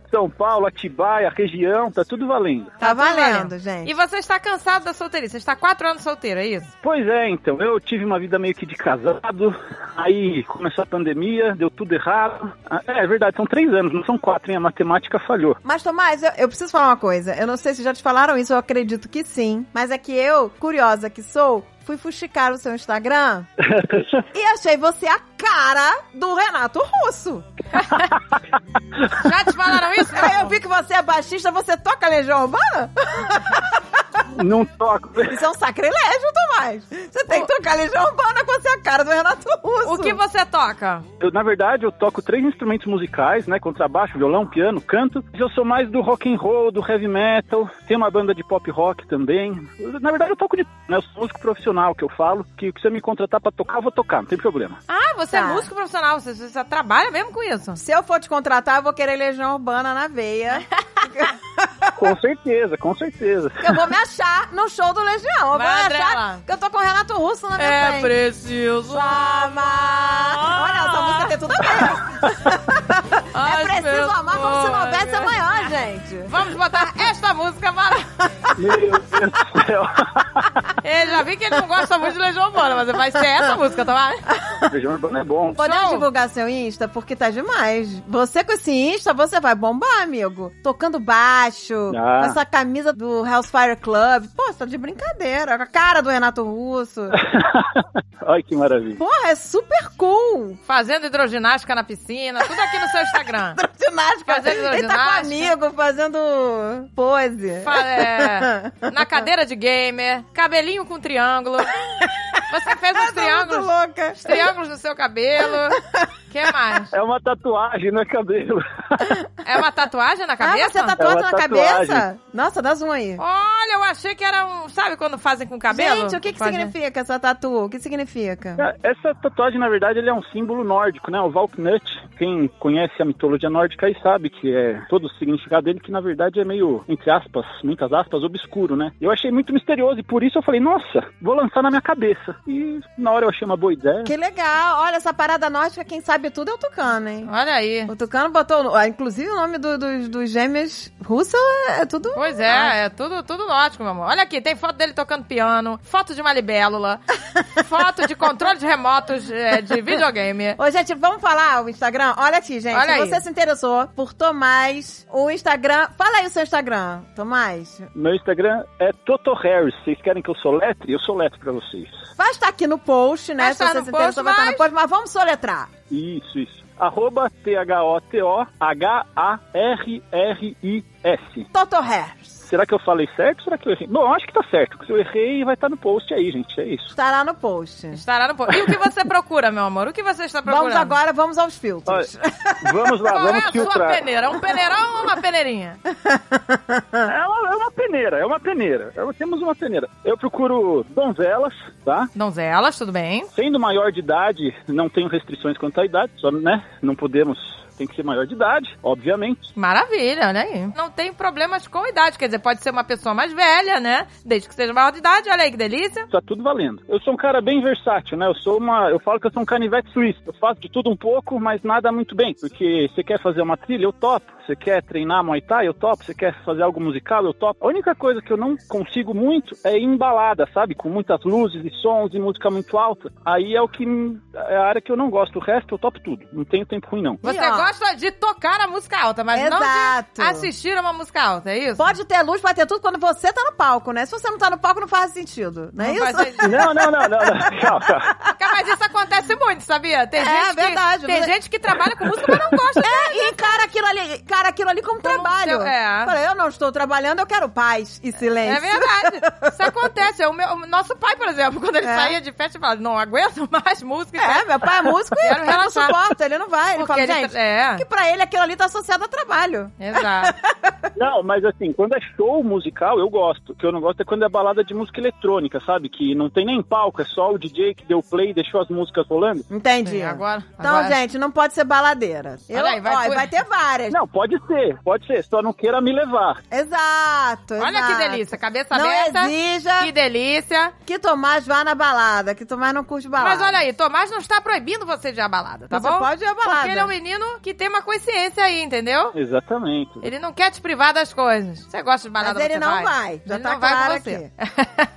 Speaker 9: São Paulo, Atibaia, região, tá tudo valendo.
Speaker 2: Tá
Speaker 1: tudo
Speaker 2: valendo, gente.
Speaker 1: E você está cansado da solteirice? Você está quatro anos solteiro, é isso?
Speaker 9: Pois é, então, eu tive uma vida meio que de casado, aí começou a pandemia, deu tudo errado. Ah, É, é verdade, são três anos, não são quatro, hein? A matemática falhou.
Speaker 2: Mas, Tomás, eu, eu preciso falar uma coisa. Eu não sei se já te falaram isso, eu acredito que sim. Mas é que eu, curiosa que sou, fui fuxicar o seu Instagram e achei você a cara do Renato Russo.
Speaker 1: Já te falaram isso? meu
Speaker 2: Aí eu
Speaker 1: amor?
Speaker 2: vi que você é baixista, você toca Legião Urbana?
Speaker 9: Não toco.
Speaker 2: Isso é um sacrilégio, Tomás. Você tem que tocar Legião Urbana com você a cara do Renato Russo.
Speaker 1: O que você toca?
Speaker 9: Eu, na verdade, eu toco três instrumentos musicais, né? Contrabaixo, violão, piano, canto. Mas eu sou mais do rock and roll, do heavy metal. Tem uma banda de pop rock também. Eu, na verdade, eu toco de... Né, eu sou músico profissional, que eu falo. Que se você me contratar pra tocar, eu vou tocar, não tem problema.
Speaker 1: Ah, você é
Speaker 2: Tá.
Speaker 1: músico profissional, você, você trabalha mesmo com isso.
Speaker 2: Se eu for te contratar, eu vou querer Legião Urbana na veia.
Speaker 9: Com certeza, com certeza.
Speaker 2: Eu vou me achar no show do Legião. Eu vou
Speaker 1: Vai, Andrela.
Speaker 2: achar que eu tô com o Renato Russo na minha frente.
Speaker 1: É preciso amar.
Speaker 2: Olha, essa música tem tudo a ver. É preciso amar como se não houvesse amanhã, gente.
Speaker 1: Vamos botar esta música para.
Speaker 9: Meu Deus do céu.
Speaker 1: Eu já vi que ele não gosta muito de Legião Urbana, mas vai ser essa música, tá? bom?
Speaker 9: Feijão urbano é bom.
Speaker 2: Podemos
Speaker 1: Show.
Speaker 2: divulgar seu Insta? Porque tá demais. Você com esse Insta, você vai bombar, amigo. Tocando baixo,
Speaker 9: Ah.
Speaker 2: com essa camisa do Hellfire Club. Pô, você tá de brincadeira. Com a cara do Renato Russo.
Speaker 9: Ai, que maravilha.
Speaker 2: Porra, é super cool.
Speaker 1: Fazendo hidroginástica na piscina, tudo aqui no seu Instagram.
Speaker 2: Ginástica.
Speaker 1: Fazendo
Speaker 2: Ele tá com
Speaker 1: ginástica.
Speaker 2: amigo, fazendo pose. Tá
Speaker 1: Fa- é, na cadeira de gamer, cabelinho com triângulo. Você fez uns
Speaker 2: Eu tô é muito
Speaker 1: triângulos,
Speaker 2: louca.
Speaker 1: os triângulos no seu cabelo. que mais?
Speaker 9: É uma tatuagem, não é cabelo.
Speaker 1: É uma tatuagem na
Speaker 2: Ah,
Speaker 1: cabeça?
Speaker 2: você tatuou
Speaker 9: É uma
Speaker 2: na
Speaker 9: tatuagem.
Speaker 2: cabeça? Nossa, dá zoom aí.
Speaker 1: Olha, o achei que era um. Sabe quando fazem com o cabelo?
Speaker 2: Gente, o que, que
Speaker 1: Fazem-
Speaker 2: significa essa tatu? O que significa?
Speaker 9: É, Essa tatuagem, na verdade, ele é um símbolo nórdico, né? O Valknut. Quem conhece a mitologia nórdica aí sabe que é todo o significado dele, que na verdade é meio, entre aspas, muitas aspas, obscuro, né? Eu achei muito misterioso e por isso eu falei, nossa, vou lançar na minha cabeça. E na hora eu achei uma boa ideia.
Speaker 2: Que legal. Olha, essa parada nórdica, quem sabe tudo é o Tucano, hein?
Speaker 1: Olha aí.
Speaker 2: O Tucano botou... ah, Inclusive, o nome do- dos dos gêmeos russo é tudo...
Speaker 1: Pois é, é tudo, tudo nótico, meu amor. Olha aqui, tem foto dele tocando piano, foto de uma libélula, foto de controles remotos é, de videogame.
Speaker 2: Ô, gente, vamos falar o Instagram? Olha aqui, gente.
Speaker 1: Olha
Speaker 2: se
Speaker 1: aí.
Speaker 2: você se interessou por Tomás, o Instagram... Fala aí o seu Instagram, Tomás.
Speaker 9: Meu Instagram é Toto Harris. Vocês querem que eu soletre? Eu soletro pra vocês.
Speaker 2: Vai estar aqui no post, né?
Speaker 1: Vai
Speaker 2: se
Speaker 1: estar
Speaker 2: você
Speaker 1: no
Speaker 2: se
Speaker 1: post,
Speaker 2: interessou, vai estar no
Speaker 1: mas-
Speaker 2: post. Mas vamos soletrar.
Speaker 9: Isso, isso. Arroba T-H-O-T-O-H-A-R-R-I-S.
Speaker 2: Toto Harris.
Speaker 9: Será que eu falei certo ou será que eu errei? Bom, eu acho que tá certo. Se eu errei, vai estar no post aí, gente. É isso.
Speaker 2: Estará no post.
Speaker 1: Estará no post. E o que você procura, meu amor? O que você está procurando?
Speaker 2: Vamos agora, vamos aos filtros.
Speaker 9: Vamos lá,
Speaker 1: Qual
Speaker 9: vamos
Speaker 1: é a sua
Speaker 9: filtrar.
Speaker 1: peneira? É um peneirão ou uma peneirinha?
Speaker 9: É uma, é uma peneira, é uma peneira. É uma- temos uma peneira. Eu procuro donzelas, tá?
Speaker 1: Donzelas, tudo bem?
Speaker 9: Sendo maior de idade, não tenho restrições quanto à idade, só, né? Não podemos. Tem que ser maior de idade, obviamente.
Speaker 1: Maravilha, olha aí. Não tem problemas com idade, quer dizer, pode ser uma pessoa mais velha, né? Desde que seja maior de idade, olha aí que delícia.
Speaker 9: Tá tudo valendo. Eu sou um cara bem versátil, né? Eu sou uma. Eu falo que eu sou um canivete suíço. Eu faço de tudo um pouco, mas nada muito bem. Porque você quer fazer uma trilha, eu topo. Você quer treinar Muay Thai, eu topo. Você quer fazer algo musical, eu topo. A única coisa que eu não consigo muito é ir em balada, sabe? Com muitas luzes e sons e música muito alta. Aí é o que. É a área que eu não gosto. O resto eu topo tudo. Não tenho tempo ruim, não.
Speaker 1: Você
Speaker 2: E, ó.
Speaker 1: gosta de tocar a música alta, mas
Speaker 2: Exato.
Speaker 1: não de assistir a uma música alta, é isso?
Speaker 2: Pode ter luz, pode ter tudo quando você tá no palco, né? Se você não tá no palco, não faz sentido. Não é isso?
Speaker 1: faz sentido.
Speaker 9: Não, não, não, não, não. Calma, calma.
Speaker 1: Cara, mas isso acontece muito, sabia? Tem
Speaker 2: É,
Speaker 1: gente
Speaker 2: verdade,
Speaker 1: Que, tem
Speaker 2: não é-
Speaker 1: gente que trabalha com música, mas não gosta.
Speaker 2: É, e encara aquilo ali, cara, aquilo ali como trabalho.
Speaker 1: seu- é.
Speaker 2: Fala, eu não estou trabalhando, eu quero paz e silêncio.
Speaker 1: É verdade. Isso acontece. É O, meu, o nosso pai, por exemplo, quando ele
Speaker 2: É.
Speaker 1: saía de festa, ele falava, não aguento mais música.
Speaker 2: É, meu pai é músico e
Speaker 1: Quero
Speaker 2: ele não
Speaker 1: relaxar.
Speaker 2: suporta, ele não vai. Ele
Speaker 1: Porque
Speaker 2: fala,
Speaker 1: ele
Speaker 2: gente,
Speaker 1: tra- é.
Speaker 2: que pra ele aquilo ali tá associado a trabalho.
Speaker 1: Exato.
Speaker 9: Não, mas assim, quando é show musical, eu gosto. O que eu não gosto é quando é balada de música eletrônica, sabe? Que não tem nem palco, é só o DJ que deu play e deixou as músicas rolando.
Speaker 2: Entendi.
Speaker 1: Sim, agora-
Speaker 2: então,
Speaker 1: agora-
Speaker 2: gente, não pode ser baladeira. Eu,
Speaker 1: Olha aí, vai
Speaker 2: ó, e
Speaker 1: por-
Speaker 2: vai ter várias.
Speaker 9: Não, pode ser, pode ser, só não queira me levar.
Speaker 2: Exato,
Speaker 1: Olha que
Speaker 2: exato.
Speaker 1: delícia. Cabeça
Speaker 2: Não
Speaker 1: aberta.
Speaker 2: exija
Speaker 1: Que delícia.
Speaker 2: que Tomás vá na balada, que Tomás não curte balada.
Speaker 1: Mas olha aí, Tomás não está proibindo você de ir à balada, tá
Speaker 2: Tá Você
Speaker 1: bom?
Speaker 2: pode ir à balada.
Speaker 1: Porque ele é um menino que tem uma consciência aí, entendeu?
Speaker 9: Exatamente.
Speaker 1: Ele não quer te privar das coisas. Você gosta de balada,
Speaker 2: Mas ele
Speaker 1: você
Speaker 2: não
Speaker 1: vai.
Speaker 2: vai. Já
Speaker 1: ele
Speaker 2: tá
Speaker 1: não vai
Speaker 2: claro
Speaker 1: com você.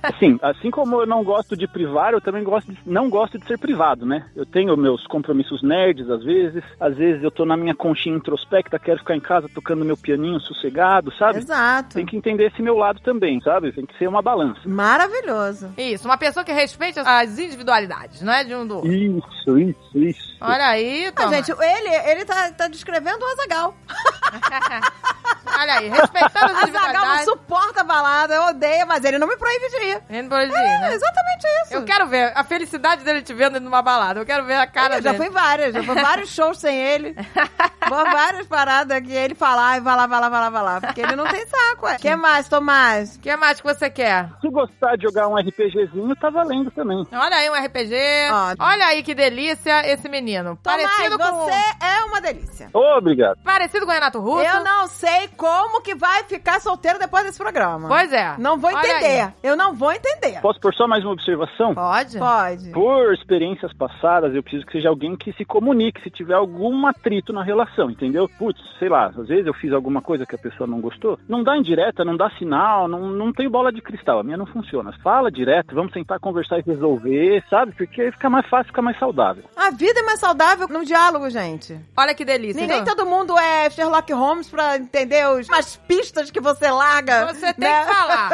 Speaker 9: Assim, assim como eu não gosto de privar, eu também gosto de- não gosto de ser privado, né? Eu tenho meus compromissos nerds às vezes, às vezes eu tô na minha conchinha introspecta, quero ficar em casa tocando meu pianinho sossegado, sabe?
Speaker 2: Exato.
Speaker 9: Tem que entender esse meu lado também, sabe? Tem que ser uma balança.
Speaker 2: Maravilhoso.
Speaker 1: Isso, uma pessoa que respeite as individualidades, não é de um do outro.
Speaker 9: Isso, isso, isso.
Speaker 1: Olha aí,
Speaker 2: Ah,
Speaker 1: Tomás.
Speaker 2: gente, ele, ele tá, tá descrevendo o Azagal.
Speaker 1: Olha aí, respeitando as
Speaker 2: Azagal não
Speaker 1: individualidades.
Speaker 2: suporta balada, odeia, mas ele não me proíbe de ir.
Speaker 1: Ele não pode ir,
Speaker 2: É,
Speaker 1: né?
Speaker 2: exatamente isso.
Speaker 1: Eu quero ver a felicidade dele te vendo numa balada. Eu quero ver a cara
Speaker 2: Eu já
Speaker 1: dele.
Speaker 2: fui várias, já fui vários shows sem ele. Vou várias paradas que ele fala, ai, vai lá, vai lá, vai lá, vai lá. Porque ele não tem saco, é. que mais, Tomás?
Speaker 1: O que mais que você quer?
Speaker 9: Se gostar de jogar um RPGzinho, tá valendo também.
Speaker 1: Olha aí um RPG.
Speaker 2: Ó.
Speaker 1: Olha aí que delícia esse menino.
Speaker 2: Tomás,
Speaker 1: parecido com
Speaker 2: você é uma delícia.
Speaker 9: Obrigado.
Speaker 1: parecido com o Renato Russo.
Speaker 2: Eu não sei como que vai ficar solteiro depois desse programa.
Speaker 1: Pois é.
Speaker 2: Não vou
Speaker 1: Olha
Speaker 2: entender.
Speaker 1: aí.
Speaker 2: Eu não vou entender.
Speaker 9: Posso pôr só mais uma observação?
Speaker 1: Pode?
Speaker 2: Pode.
Speaker 9: Por experiências passadas, eu preciso que seja alguém que se comunique se tiver algum atrito na relação, entendeu? Putz, sei lá, às vezes eu fiz alguma coisa que a pessoa não gostou. Não dá indireta, não dá sinal, não, não tem bola de cristal. A minha não funciona. Fala direto, vamos tentar conversar e resolver, sabe? Porque aí fica mais fácil, fica mais saudável.
Speaker 2: A vida é mais saudável no diálogo, gente.
Speaker 1: Olha que delícia.
Speaker 2: Ninguém
Speaker 1: viu?
Speaker 2: todo mundo é Sherlock Holmes pra entender os, as pistas que você larga.
Speaker 1: Você tem
Speaker 2: né?
Speaker 1: que falar.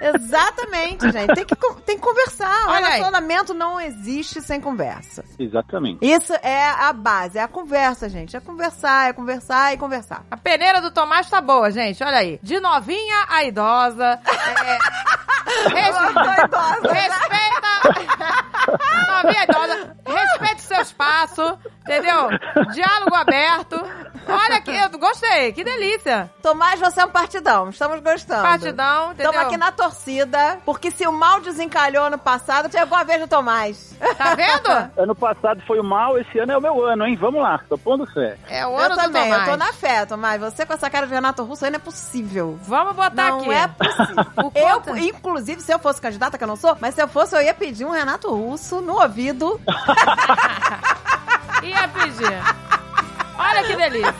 Speaker 2: Exatamente, gente. Tem que, con- tem que conversar. O
Speaker 1: Olha aí.
Speaker 2: relacionamento não existe sem conversa.
Speaker 9: Exatamente.
Speaker 2: Isso é a base, é a conversa, gente. É conversar, é conversar e conversar.
Speaker 1: A peneira do Tomás tá boa, gente. Olha aí. De novinha a idosa. É...
Speaker 2: Tô
Speaker 1: Respeita.
Speaker 2: idosa.
Speaker 1: Respeita. novinha idosa. Respeita o seu espaço. Entendeu? Diálogo aberto. Olha que eu gostei, que delícia.
Speaker 2: Tomás, você é um partidão. Estamos gostando.
Speaker 1: Partidão, entendeu?
Speaker 2: Estamos aqui na torcida, porque se o mal desencalhou ano passado, chegou a vez do Tomás.
Speaker 1: Tá vendo?
Speaker 9: Ano passado foi o mal, esse ano é o meu ano, hein? Vamos lá, tô pondo fé.
Speaker 1: É o
Speaker 2: eu
Speaker 1: ano do
Speaker 2: também,
Speaker 1: Tomás.
Speaker 2: eu tô na fé, Tomás. Você com essa cara de Renato Russo aí não é possível.
Speaker 1: Vamos botar
Speaker 2: não
Speaker 1: aqui.
Speaker 2: é possível.
Speaker 1: O
Speaker 2: eu,
Speaker 1: quanto-
Speaker 2: inclusive, se eu fosse candidata, que eu não sou, mas se eu fosse, eu ia pedir um Renato Russo no ouvido.
Speaker 1: Ia é pedir. Olha que delícia.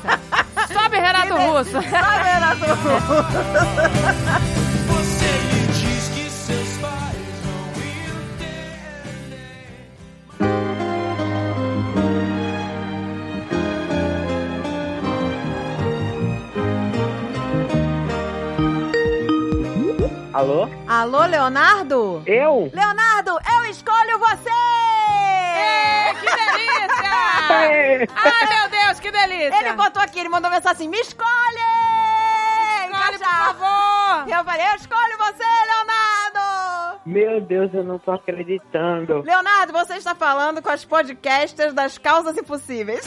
Speaker 1: Sobe, Renato Russo.
Speaker 2: Sabe, Renato Russo?
Speaker 6: Você lhe diz que seus pais não iam ter.
Speaker 10: Alô?
Speaker 2: Alô, Leonardo?
Speaker 10: Eu?
Speaker 2: Leonardo, eu escolho você!
Speaker 1: É, que delícia!
Speaker 10: Aê!
Speaker 1: Ai, meu Deus, que delícia.
Speaker 2: Ele botou aqui, ele mandou mensagem assim, me escolhe!
Speaker 1: Olha, por
Speaker 2: Cajá.
Speaker 1: favor.
Speaker 2: Eu falei, eu escolho você, Leonardo!
Speaker 10: Meu Deus, eu não tô acreditando.
Speaker 2: Leonardo, você está falando com as podcasters das causas impossíveis.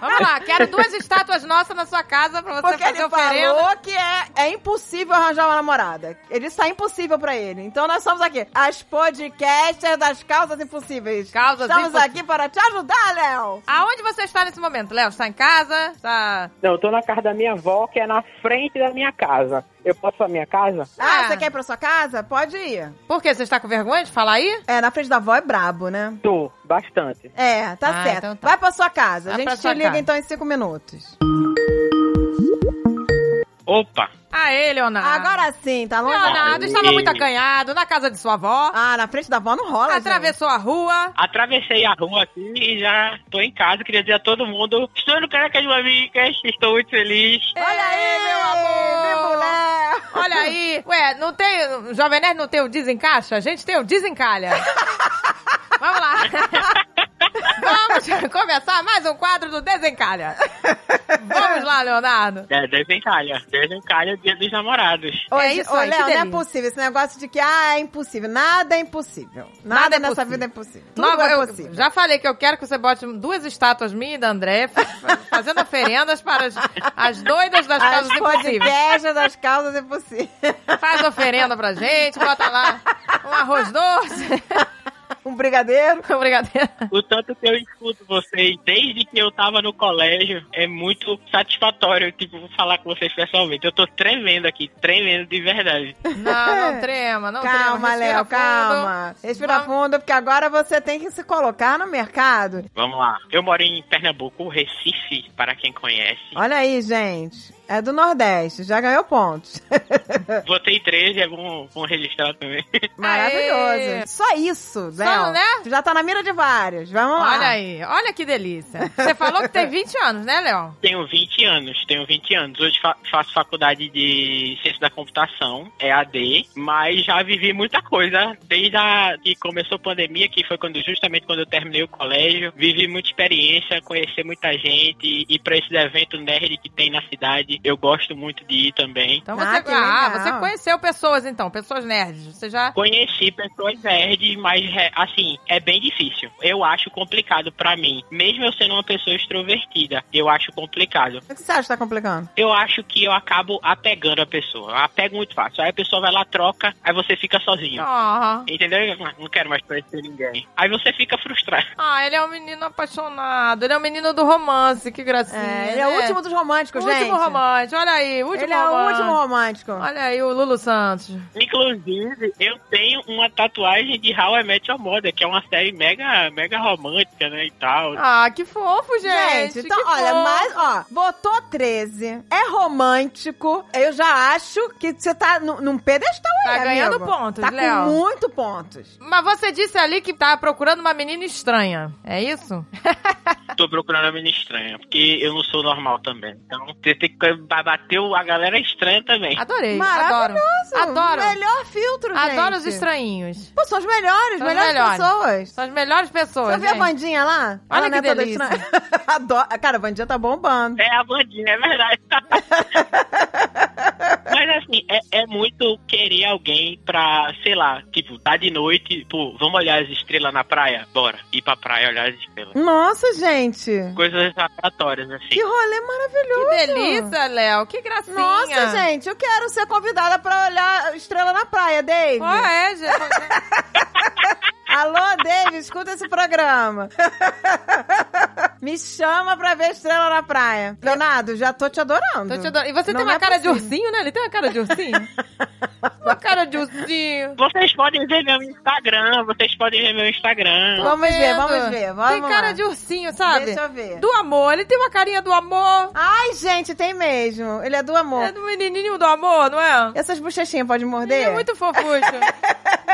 Speaker 1: Vamos lá, quero duas estátuas nossas na sua casa pra você
Speaker 2: Porque
Speaker 1: fazer
Speaker 2: ele
Speaker 1: oferenda.
Speaker 2: falou que é, é impossível arranjar uma namorada. Ele está impossível pra ele. Então nós somos aqui, as podcasters das causas impossíveis.
Speaker 1: Causas
Speaker 2: Estamos
Speaker 1: impossi-
Speaker 2: aqui para te ajudar, Léo!
Speaker 1: Aonde você está nesse momento, Léo? Está em casa? Tá- Está...
Speaker 10: Não, eu tô na casa da minha avó, que é na frente da minha casa. Eu posso pra minha casa?
Speaker 2: Ah,
Speaker 1: Ah.
Speaker 2: você quer ir pra sua casa? Pode ir.
Speaker 1: Por quê? Você está com vergonha de falar aí?
Speaker 2: É, na frente da avó é brabo, né?
Speaker 10: Tô, bastante.
Speaker 2: É, tá
Speaker 1: Ah,
Speaker 2: certo.
Speaker 1: então tá.
Speaker 2: Vai pra sua casa.
Speaker 1: Vai
Speaker 2: A gente
Speaker 1: pra
Speaker 2: te
Speaker 1: sua
Speaker 2: liga
Speaker 1: casa.
Speaker 2: então em cinco minutos.
Speaker 10: Opa!
Speaker 1: Aê, Ah, Leonardo.
Speaker 2: Agora sim, tá longe?
Speaker 1: Leonardo
Speaker 10: Ai.
Speaker 1: estava muito acanhado na casa de sua avó.
Speaker 2: Ah, na frente da avó não rola, gente.
Speaker 1: Atravessou a rua.
Speaker 10: Atravessei a rua aqui e já tô em casa. Queria dizer a todo mundo: estou no Caracas Mamicas, estou muito feliz.
Speaker 1: Olha aí, meu amor.
Speaker 2: Viva o Léo!
Speaker 1: Olha aí. Ué, não tem. o Jovem Nerd não tem o desencaixa? A gente tem o desencalha. Vamos lá. Vamos começar mais um quadro do Desencalha. Vamos lá, Leonardo.
Speaker 10: É, desencalha. Desencalha dia dos namorados.
Speaker 1: É
Speaker 2: Hoje,
Speaker 1: isso
Speaker 2: ô,
Speaker 1: aí, que
Speaker 2: Léo, não é
Speaker 1: delícia.
Speaker 2: possível esse negócio de que, ah, é impossível. Nada é impossível. Nada,
Speaker 1: Nada é
Speaker 2: nessa
Speaker 1: possível.
Speaker 2: vida é impossível. Tudo
Speaker 1: Nova-
Speaker 2: é
Speaker 1: eu
Speaker 2: possível.
Speaker 1: já falei que eu quero que você bote duas estátuas minha e da André fa- fazendo oferendas para as, as doidas das é
Speaker 2: As
Speaker 1: casas impossíveis.
Speaker 2: podcasts das causas é impossíveis.
Speaker 1: Faz oferenda pra gente, bota lá um arroz doce,
Speaker 2: um brigadeiro.
Speaker 1: um brigadeiro.
Speaker 10: O tanto que eu escuto vocês desde que eu tava no colégio é muito satisfatório, tipo, falar com vocês pessoalmente. Eu tô tremendo aqui, tremendo de verdade.
Speaker 1: Não, não trema, não trema.
Speaker 2: É. calma,
Speaker 1: respira
Speaker 2: Léo,
Speaker 1: fundo.
Speaker 2: calma. Respira
Speaker 1: Vamos-
Speaker 2: fundo, porque agora você tem que se colocar no mercado.
Speaker 10: Vamos lá. Eu moro em Pernambuco, Recife, para quem conhece.
Speaker 2: Olha aí, gente. É do Nordeste, já ganhou pontos.
Speaker 10: Votei 13, é bom, bom registrar também.
Speaker 2: Maravilhoso.
Speaker 1: Aê.
Speaker 2: Só isso, Léo.
Speaker 1: né?
Speaker 2: Tu já tá na mira de vários. Vamos lá.
Speaker 1: Olha aí, olha que delícia. Você falou que tem 20 anos, né, Léo?
Speaker 10: Tenho 20 anos, tenho 20 anos. Hoje fa- faço faculdade de ciência da computação, é AD, mas já vivi muita coisa desde a, que começou a pandemia, que foi quando justamente quando eu terminei o colégio. Vivi muita experiência, conheci muita gente e, e para esse evento nerd que tem na cidade, eu gosto muito de ir também.
Speaker 1: Então
Speaker 2: Ah,
Speaker 1: você,
Speaker 2: que
Speaker 1: ah,
Speaker 2: legal.
Speaker 1: você conheceu pessoas então, pessoas nerds. Você já
Speaker 10: Conheci pessoas nerds, mas é, assim, é bem difícil. Eu acho complicado pra mim. Mesmo eu sendo uma pessoa extrovertida, eu acho complicado.
Speaker 2: O que você acha que tá complicando?
Speaker 10: Eu acho que eu acabo apegando a pessoa. Eu apego muito fácil. Aí a pessoa vai lá, troca, aí você fica sozinho.
Speaker 1: Ah,
Speaker 10: Entendeu? Eu Não quero mais conhecer ninguém. Aí você fica frustrado.
Speaker 1: ah, ele é um menino apaixonado, ele é um menino do romance, que gracinha.
Speaker 2: É, ele é o
Speaker 1: né?
Speaker 2: último dos românticos,
Speaker 1: último
Speaker 2: gente.
Speaker 1: romântico, olha aí, último
Speaker 2: Ele é o
Speaker 1: romântico.
Speaker 2: último romântico.
Speaker 1: Olha aí o Lulu Santos.
Speaker 10: Inclusive, eu tenho uma tatuagem de How I Met Your Mother, que é uma série mega, mega romântica, né? E tal.
Speaker 1: Ah, que fofo, gente.
Speaker 2: Gente, então,
Speaker 1: que
Speaker 2: olha,
Speaker 1: fofo.
Speaker 2: mas, ó, votou 13, é romântico, eu já acho que você tá nu- num pedestal
Speaker 1: Tá
Speaker 2: aí,
Speaker 1: ganhando
Speaker 2: amigo.
Speaker 1: pontos,
Speaker 2: Tá
Speaker 1: Léo.
Speaker 2: com muito pontos.
Speaker 1: Mas você disse ali que tá procurando uma menina estranha, é isso?
Speaker 10: Tô procurando a menina estranha, porque eu não sou normal também. Então, você tem que bater a galera estranha também.
Speaker 1: Adorei, adoro.
Speaker 2: Maravilhoso.
Speaker 1: Adoro.
Speaker 2: Melhor filtro, gente.
Speaker 1: Adoro os estranhinhos.
Speaker 2: Pô, são os melhores,
Speaker 1: São os
Speaker 2: melhores,
Speaker 1: melhores.
Speaker 2: pessoas.
Speaker 1: São as melhores pessoas,
Speaker 2: Você viu a
Speaker 1: gente.
Speaker 2: Vandinha lá?
Speaker 1: Olha
Speaker 2: Ela não
Speaker 1: que
Speaker 2: é toda
Speaker 1: delícia.
Speaker 2: estranha. Adoro. Cara, a Vandinha tá bombando.
Speaker 10: É a bandinha, é verdade. Mas assim, é, é muito querer alguém pra, sei lá, tipo, tá de noite, pô, vamos olhar as estrelas na praia? Bora. Ir pra praia olhar as estrelas.
Speaker 2: Nossa, gente.
Speaker 10: Coisas aleatórias, assim.
Speaker 2: Que rolê
Speaker 1: Que
Speaker 2: maravilhoso.
Speaker 1: delícia, Léo. Que gracinha.
Speaker 2: Nossa, gente, eu quero ser convidada pra olhar estrela na praia, Dave.
Speaker 1: Ó, é, gente.
Speaker 2: Alô, Dave, escuta esse programa. Me chama pra ver estrela na praia. Leonardo, já tô te adorando.
Speaker 1: Tô te adorando. E você
Speaker 2: Não
Speaker 1: tem uma
Speaker 2: é
Speaker 1: cara de
Speaker 2: possível.
Speaker 1: ursinho, né? Ele tem uma cara de ursinho? uma cara de ursinho.
Speaker 10: Vocês podem ver meu Instagram, vocês podem ver meu Instagram.
Speaker 2: Vamos ver, vamos
Speaker 1: Vendo?
Speaker 2: ver. Vamos
Speaker 1: Tem cara
Speaker 2: lá.
Speaker 1: de ursinho, sabe?
Speaker 2: Deixa eu ver.
Speaker 1: Do amor. Ele tem uma carinha do amor.
Speaker 2: Ai, gente, tem mesmo. Ele é do amor.
Speaker 1: É do menininho do amor, não é?
Speaker 2: Essas bochechinhas pode morder?
Speaker 1: Ele é muito fofucho.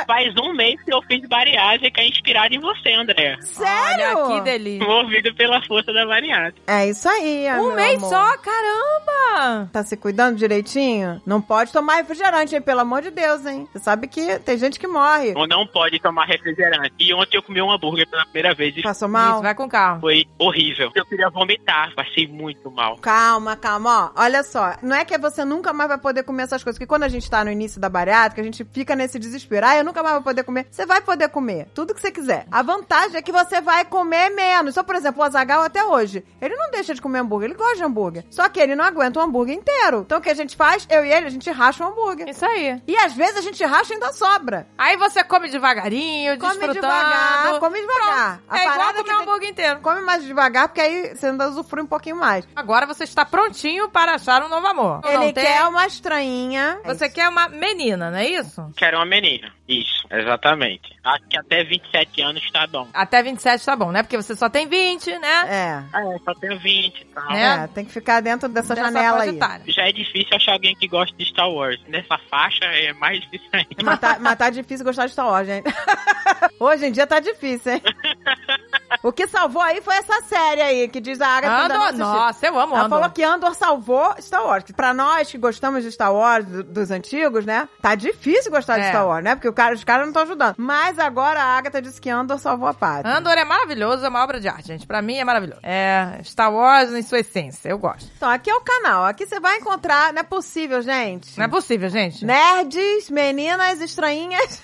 Speaker 10: Faz um mês que eu fiz bariátrica inspirada em você, André.
Speaker 2: Sério?
Speaker 1: Olha, que delícia.
Speaker 10: Movido pela força da bariátrica.
Speaker 2: É isso aí,
Speaker 1: Um
Speaker 2: meu
Speaker 1: mês
Speaker 2: amor.
Speaker 1: só, caramba!
Speaker 2: Tá se cuidando direitinho? Não pode tomar refrigerante, hein? Pelo amor de Deus, hein? Você sabe que tem gente que morre.
Speaker 10: Ou não pode tomar refrigerante. E ontem eu comi um hambúrguer pela primeira vez e
Speaker 2: Passou mal?
Speaker 1: Isso, vai com calma.
Speaker 10: foi horrível. Eu queria vomitar, passei muito mal.
Speaker 2: Calma, calma, ó. Olha só, não é que você nunca mais vai poder comer essas coisas, porque quando a gente tá no início da bariátrica, a gente fica nesse desespero. Ah, eu nunca mais vou poder comer. Você vai poder comer tudo que você quiser. A vantagem é que você vai comer menos. Só, por exemplo, o Azagal até hoje, ele não deixa de comer hambúrguer, ele gosta de hambúrguer. Só que ele não aguenta o hambúrguer inteiro. Então o que a gente faz? Eu e ele, a gente racha o hambúrguer.
Speaker 1: Isso aí.
Speaker 2: E às vezes a gente racha e ainda sobra.
Speaker 1: Aí você come devagarinho,
Speaker 2: Come
Speaker 1: desfrutando.
Speaker 2: devagar, come devagar.
Speaker 1: Pronto.
Speaker 2: A
Speaker 1: é igual
Speaker 2: parada
Speaker 1: comer
Speaker 2: que
Speaker 1: um
Speaker 2: tem-
Speaker 1: hambúrguer inteiro.
Speaker 2: Come mais devagar, porque aí você ainda usufrui um pouquinho mais.
Speaker 1: Agora você está prontinho para achar um novo amor.
Speaker 2: Ele
Speaker 1: Não tem- É
Speaker 2: quer um uma estranhinha.
Speaker 1: Você quer uma menina, não é isso?
Speaker 10: Que era uma menina. Isso, exatamente. Acho que até 27 anos tá bom.
Speaker 1: Até 27 tá bom, né? Porque você só tem 20, né?
Speaker 2: É.
Speaker 10: Ah, é, só tenho 20 e tal.
Speaker 1: Né?
Speaker 2: É, tem que ficar dentro dessa,
Speaker 1: Dessa tá.
Speaker 2: janela
Speaker 1: faixa
Speaker 2: aí.
Speaker 1: etária.
Speaker 10: Já é difícil achar alguém que gosta de Star Wars. Nessa faixa é mais difícil ainda.
Speaker 2: Mas tá, mas tá difícil gostar de Star Wars, hein? Hoje em dia tá difícil, hein? O que salvou aí foi essa série aí, que diz a Agatha ainda não
Speaker 1: Andor,
Speaker 2: assistiu.
Speaker 1: nossa, eu amo
Speaker 2: tá Ela
Speaker 1: Andor.
Speaker 2: falou que Andor salvou Star Wars. Que Pra nós que gostamos de Star Wars, do- dos antigos, né? Tá difícil gostar de
Speaker 1: É.
Speaker 2: Star Wars, né? Porque o cara- os caras não estão ajudando. Mas agora a Agatha disse que Andor salvou a pátria.
Speaker 1: Andor é maravilhoso, é uma obra de arte, gente. Pra mim é maravilhoso. É Star Wars em sua essência, eu gosto.
Speaker 2: Então, aqui é o canal. Aqui você vai encontrar... Não é possível, gente.
Speaker 1: Não é possível, gente.
Speaker 2: Né? Nerds, meninas estranhinhas.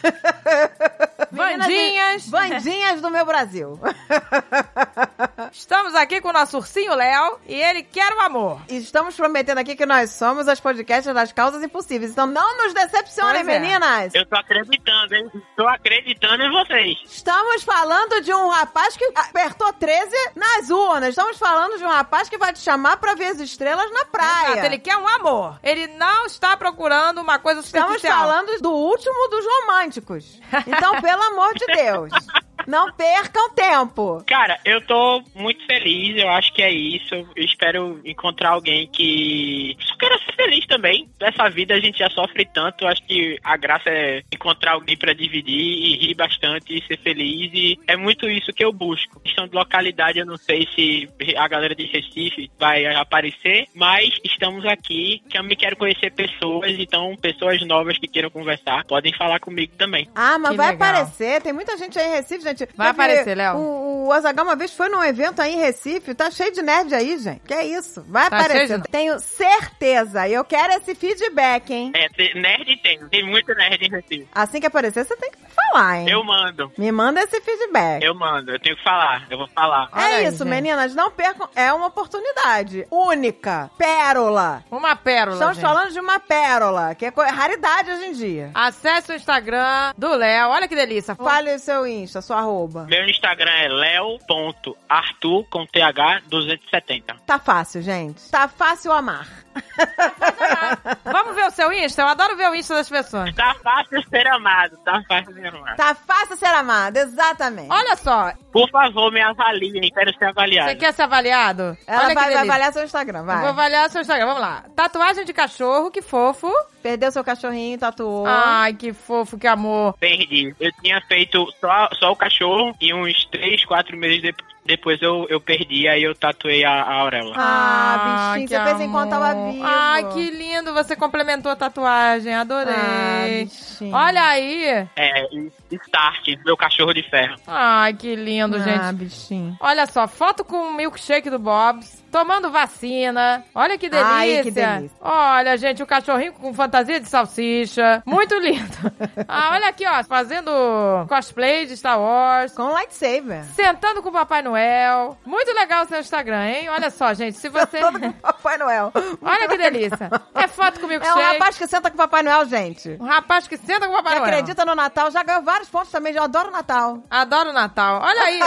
Speaker 1: Vandinhas.
Speaker 2: Meninas e- Vandinhas do meu Brasil.
Speaker 1: Estamos aqui com o nosso ursinho Léo e ele quer o amor.
Speaker 2: E Estamos prometendo aqui que nós somos as podcasts das causas impossíveis. Então não nos decepcionem,
Speaker 1: Pois é.
Speaker 2: meninas.
Speaker 10: Eu tô acreditando, hein? Tô acreditando em vocês.
Speaker 2: Estamos falando de um rapaz que apertou 13 nas urnas. Estamos falando de um rapaz que vai te chamar pra ver as estrelas na praia.
Speaker 1: Exato, ele quer um amor. Ele não está procurando uma coisa
Speaker 2: Estamos
Speaker 1: superficial.
Speaker 2: falando do último dos românticos. Então, pelo amor de Deus, não percam tempo.
Speaker 10: Cara, eu tô muito feliz, eu acho que é isso. Eu espero encontrar alguém que só queira ser feliz também. Nessa vida a gente já sofre tanto, eu acho que a graça é encontrar alguém pra dividir e rir bastante e ser feliz. E é muito isso que eu busco. Questão de localidade, eu não sei se a galera de Recife vai aparecer, mas estamos aqui. Que eu me quero conhecer pessoas, então pessoas novas que queiram conversar podem falar comigo também.
Speaker 2: Ah, mas
Speaker 1: Que
Speaker 2: vai
Speaker 1: legal.
Speaker 2: aparecer. Tem muita gente aí em Recife, gente.
Speaker 1: Vai aparecer, Léo.
Speaker 2: O, o Azagal uma vez foi num evento aí em Recife. Tá cheio de nerd aí, gente. Que isso? Vai
Speaker 1: Tá cheio
Speaker 2: aparecer.
Speaker 1: de-
Speaker 2: Tenho certeza. E eu quero esse feedback, hein?
Speaker 10: É, te- nerd tem, tem muito nerd em Recife.
Speaker 2: Assim que aparecer, você tem que falar, hein?
Speaker 10: Eu mando.
Speaker 2: Me manda esse feedback.
Speaker 1: É.
Speaker 10: Eu mando, eu tenho que falar, eu vou falar.
Speaker 1: Olha
Speaker 2: É
Speaker 1: aí,
Speaker 2: isso,
Speaker 1: gente.
Speaker 2: meninas. Não percam. É uma oportunidade. Única. Pérola.
Speaker 1: Uma pérola.
Speaker 2: Estamos
Speaker 1: gente.
Speaker 2: falando de uma pérola, que é co- raridade hoje em dia.
Speaker 1: Acesse o Instagram do Léo. Olha que delícia.
Speaker 2: Fale o seu Insta, sua arroba.
Speaker 10: Meu Instagram é leo.arthur com TH270.
Speaker 2: Tá fácil, gente. Tá fácil amar.
Speaker 1: Vamos ver o seu Insta? Eu adoro ver o Insta das pessoas.
Speaker 10: Tá fácil ser amado, tá fácil ser amado.
Speaker 2: Tá fácil ser amada, exatamente.
Speaker 1: Olha só,
Speaker 10: Por favor, me avaliem, quero ser avaliado.
Speaker 1: você quer ser avaliado? Olha
Speaker 2: Ela vai,
Speaker 1: que
Speaker 2: vai
Speaker 1: delícia.
Speaker 2: avaliar seu Instagram,
Speaker 1: Eu vou
Speaker 2: vai.
Speaker 1: avaliar seu Instagram, vamos lá. Tatuagem de cachorro, que fofo.
Speaker 2: Perdeu seu cachorrinho, tatuou.
Speaker 1: Ai, que fofo, que amor.
Speaker 10: Perdi. Eu tinha feito só, só o cachorro e uns 3, 4 meses de- depois eu, eu perdi, aí eu tatuei a, a auréola.
Speaker 2: Ah, bichinho,
Speaker 1: que
Speaker 2: você fez enquanto
Speaker 1: amor.
Speaker 2: tava vivo.
Speaker 1: Ai, que lindo, você complementou a tatuagem,
Speaker 2: Ah,
Speaker 1: adorei.
Speaker 2: bichinho.
Speaker 1: Olha aí.
Speaker 10: É, e Stark, meu cachorro de ferro.
Speaker 1: Ai, que lindo,
Speaker 2: Ah,
Speaker 1: gente.
Speaker 2: bichinho.
Speaker 1: Olha só, foto com o milkshake do Bob's. tomando vacina. Olha que delícia.
Speaker 2: Ai, que delícia.
Speaker 1: Olha, gente, o cachorrinho com fantasia de salsicha. Muito lindo. ah, olha aqui, ó, fazendo cosplay de Star Wars.
Speaker 2: Com lightsaber.
Speaker 1: Sentando com o Papai Noel. Muito legal o seu Instagram, hein? Olha só, gente, se você...
Speaker 2: Todo com Papai Noel.
Speaker 1: Olha que delícia. É foto comigo
Speaker 2: É um rapaz que senta com o Papai Noel, gente.
Speaker 1: um rapaz que senta com o
Speaker 2: Que
Speaker 1: Papai Noel.
Speaker 2: acredita no Natal, já ganhou vários pontos também, já adoro o Natal.
Speaker 1: Adoro Natal. Olha aí.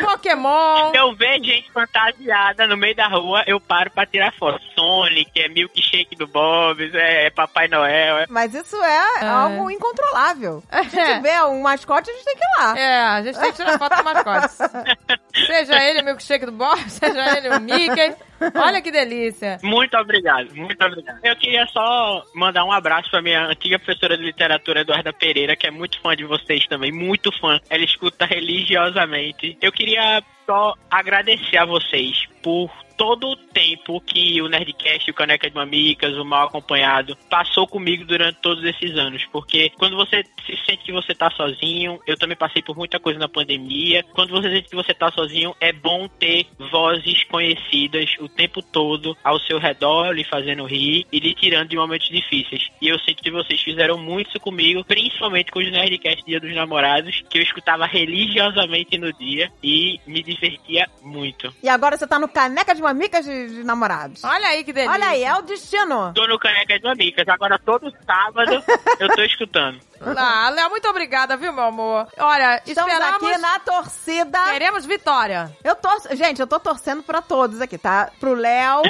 Speaker 1: Pokémon.
Speaker 10: Eu vejo gente fantasiada no meio da rua, eu paro pra tirar foto. Sonic, é milkshake do Bob's, é Papai Noel. É...
Speaker 2: Mas isso é,
Speaker 1: É.
Speaker 2: algo incontrolável. Se tiver um mascote, a gente tem que ir lá.
Speaker 1: É, a gente tem que tirar foto do mascote. seja ele o milkshake do Bob, seja ele o Mickey. Olha que delícia.
Speaker 10: Muito obrigado, muito obrigado. Eu queria só mandar um abraço pra minha antiga professora de literatura, Eduarda Pereira, que é muito fã de vocês também, muito fã. Ela escuta religiosamente. Eu queria só agradecer a vocês por todo o tempo que o Nerdcast, o Caneca de Mamicas, o Mal Acompanhado passou comigo durante todos esses anos, porque quando você se sente que você tá sozinho, eu também passei por muita coisa na pandemia, quando você sente que você tá sozinho, é bom ter vozes conhecidas o tempo todo ao seu redor, lhe fazendo rir e lhe tirando de momentos difíceis. E eu sinto que vocês fizeram muito isso comigo, principalmente com os Nerdcast Dia dos Namorados, que eu escutava religiosamente no dia e me divertia muito.
Speaker 2: E agora você tá no caneca de mamicas de, de namorados.
Speaker 1: Olha aí que delícia.
Speaker 2: Olha aí, é o destino.
Speaker 10: Tô no Caneca é de Mamicas, agora todo sábado eu tô escutando.
Speaker 1: Ah, Léo, muito obrigada, viu, meu amor? Olha,
Speaker 2: Estamos
Speaker 1: esperamos...
Speaker 2: Então,
Speaker 1: É.
Speaker 2: aqui na torcida.
Speaker 1: Queremos vitória.
Speaker 2: Eu torço, gente, eu tô torcendo pra todos aqui, tá? Pro Léo,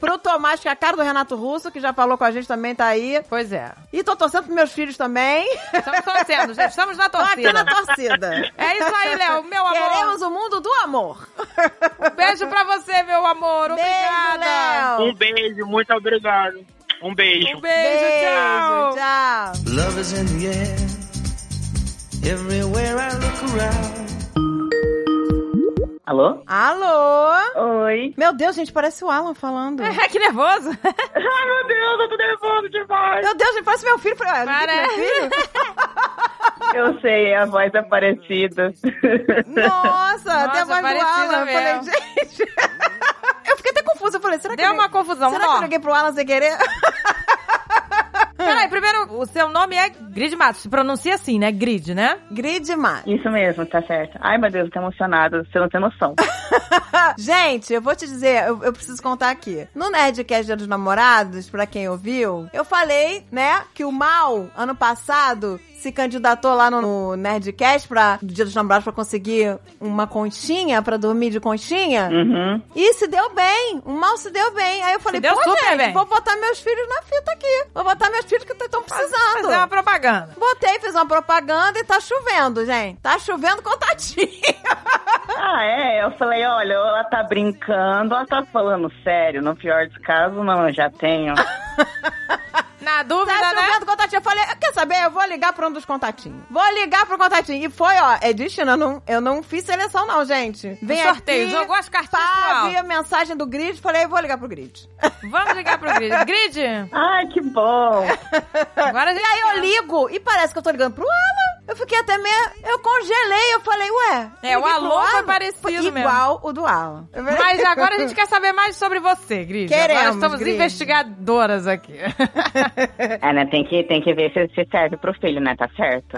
Speaker 2: pro Tomás, que é a cara do Renato Russo, que já falou com a gente também, tá aí.
Speaker 1: Pois é.
Speaker 2: E tô torcendo pros meus filhos também.
Speaker 1: Estamos torcendo, gente. Estamos na
Speaker 2: Tô aqui na
Speaker 1: torcida.
Speaker 2: torcida.
Speaker 1: É isso aí, Léo, meu amor. um
Speaker 2: Queremos o mundo do amor.
Speaker 1: Beijo pra você, meu amor. Obrigada.
Speaker 2: Beijo, Léo.
Speaker 10: Um beijo, muito obrigado. Um beijo.
Speaker 1: Um beijo, tchau.
Speaker 2: tchau.
Speaker 6: Love is in the air. Everywhere I look around.
Speaker 11: Alô?
Speaker 2: Alô?
Speaker 11: Oi.
Speaker 2: Meu Deus, gente, parece o Alan falando.
Speaker 1: É, que nervoso.
Speaker 11: Ai, meu Deus, eu tô nervoso demais.
Speaker 2: Meu Deus, gente, parece meu filho. Falei, ué,
Speaker 1: Para.
Speaker 2: meu filho?
Speaker 11: Eu sei, a voz é parecida.
Speaker 2: Nossa, até a
Speaker 1: Nossa,
Speaker 2: voz do
Speaker 1: parecida
Speaker 2: Alan. Eu
Speaker 1: mesmo.
Speaker 2: falei, gente. Eu fiquei até confusa. Eu falei, será que
Speaker 1: Deu
Speaker 2: eu-
Speaker 1: uma confusão.
Speaker 2: Será que eu
Speaker 1: Ó,
Speaker 2: liguei pro Alan sem querer?
Speaker 1: peraí, primeiro, o seu nome é Grid Matos. Se pronuncia assim, né? Grid, né?
Speaker 2: Grid Mar.
Speaker 11: Isso mesmo, tá certo. Ai, meu Deus, eu tô emocionada. Você não tem noção.
Speaker 2: Gente, eu vou te dizer, eu, eu preciso contar aqui. No Nerdcast Dia dos Namorados, pra quem ouviu, eu falei, né, que o Mal, ano passado, se candidatou lá no, no Nerdcast pra, do Dia dos Namorados pra conseguir uma conchinha, pra dormir de conchinha.
Speaker 11: Uhum.
Speaker 2: E se deu bem, o mal se deu bem. Aí eu falei,
Speaker 1: deu
Speaker 2: pô,
Speaker 1: super
Speaker 2: gente,
Speaker 1: bem.
Speaker 2: vou botar meus filhos na fita aqui. Vou botar meus filhos que estão precisando.
Speaker 1: Fazer é uma propaganda.
Speaker 2: Botei, fiz uma propaganda e tá chovendo, gente. Tá chovendo contatinho.
Speaker 11: Ah, é? Eu falei, olha, ou ela tá brincando, ou ela tá falando sério. No pior dos casos, não, eu já tenho.
Speaker 1: Na
Speaker 2: Tá
Speaker 1: dúvida, né?
Speaker 2: chovendo contatinho. Eu falei, "Ah, quer saber? Eu vou ligar pra um dos contatinhos. Vou ligar pro contatinho. E foi, ó, é destino, eu não, eu não fiz seleção não, gente. Vem
Speaker 1: sorteio,
Speaker 2: aqui,
Speaker 1: jogou as cartinhas
Speaker 2: pá,
Speaker 1: pro alto.
Speaker 2: vi a mensagem do grid, falei, vou ligar pro grid.
Speaker 1: Vamos ligar pro Grid. Grid,
Speaker 11: Ai, que bom.
Speaker 1: agora a gente...
Speaker 2: E aí eu ligo e parece que eu tô ligando pro Alan. Eu fiquei até meio. Eu congelei, eu falei, ué.
Speaker 1: É,
Speaker 2: eu
Speaker 1: o
Speaker 2: liguei
Speaker 1: alô
Speaker 2: pro
Speaker 1: foi
Speaker 2: Alan?
Speaker 1: parecido
Speaker 2: Foi
Speaker 1: mesmo.
Speaker 2: Igual o do Alan.
Speaker 1: Mas agora a gente quer saber mais sobre você, Grid. agora
Speaker 2: Queremos,
Speaker 1: estamos
Speaker 2: Grid.
Speaker 1: investigadoras aqui.
Speaker 11: É, né? Tem que, tem que ver se, se serve pro filho, né? Tá certo?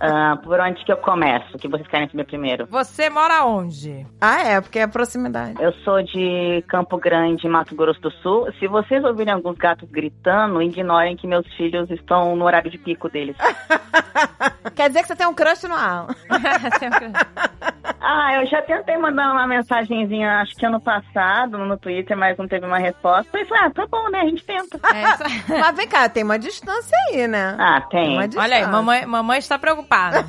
Speaker 11: Ah, por onde que eu começo? O que vocês querem saber primeiro?
Speaker 1: Você mora onde?
Speaker 2: Ah, é, porque é proximidade.
Speaker 11: Eu sou de Campo Grande, Mato Grosso do Sul. Se vocês ouvirem alguns gatos gritando, ignorem que meus filhos estão no horário de pico deles.
Speaker 2: Quer dizer que você tem um crush no Alan. É,
Speaker 11: ah, eu já tentei mandar uma mensagenzinha, acho que ano passado, no Twitter, mas não teve uma resposta. Aí Eu falei, ah, tá bom, né? A gente tenta.
Speaker 1: É isso aí.
Speaker 2: Mas vem cá, tem uma distância aí, né?
Speaker 11: Ah,
Speaker 2: Tem uma
Speaker 11: tem.
Speaker 2: distância.
Speaker 1: Olha aí, mamãe, mamãe está preocupada.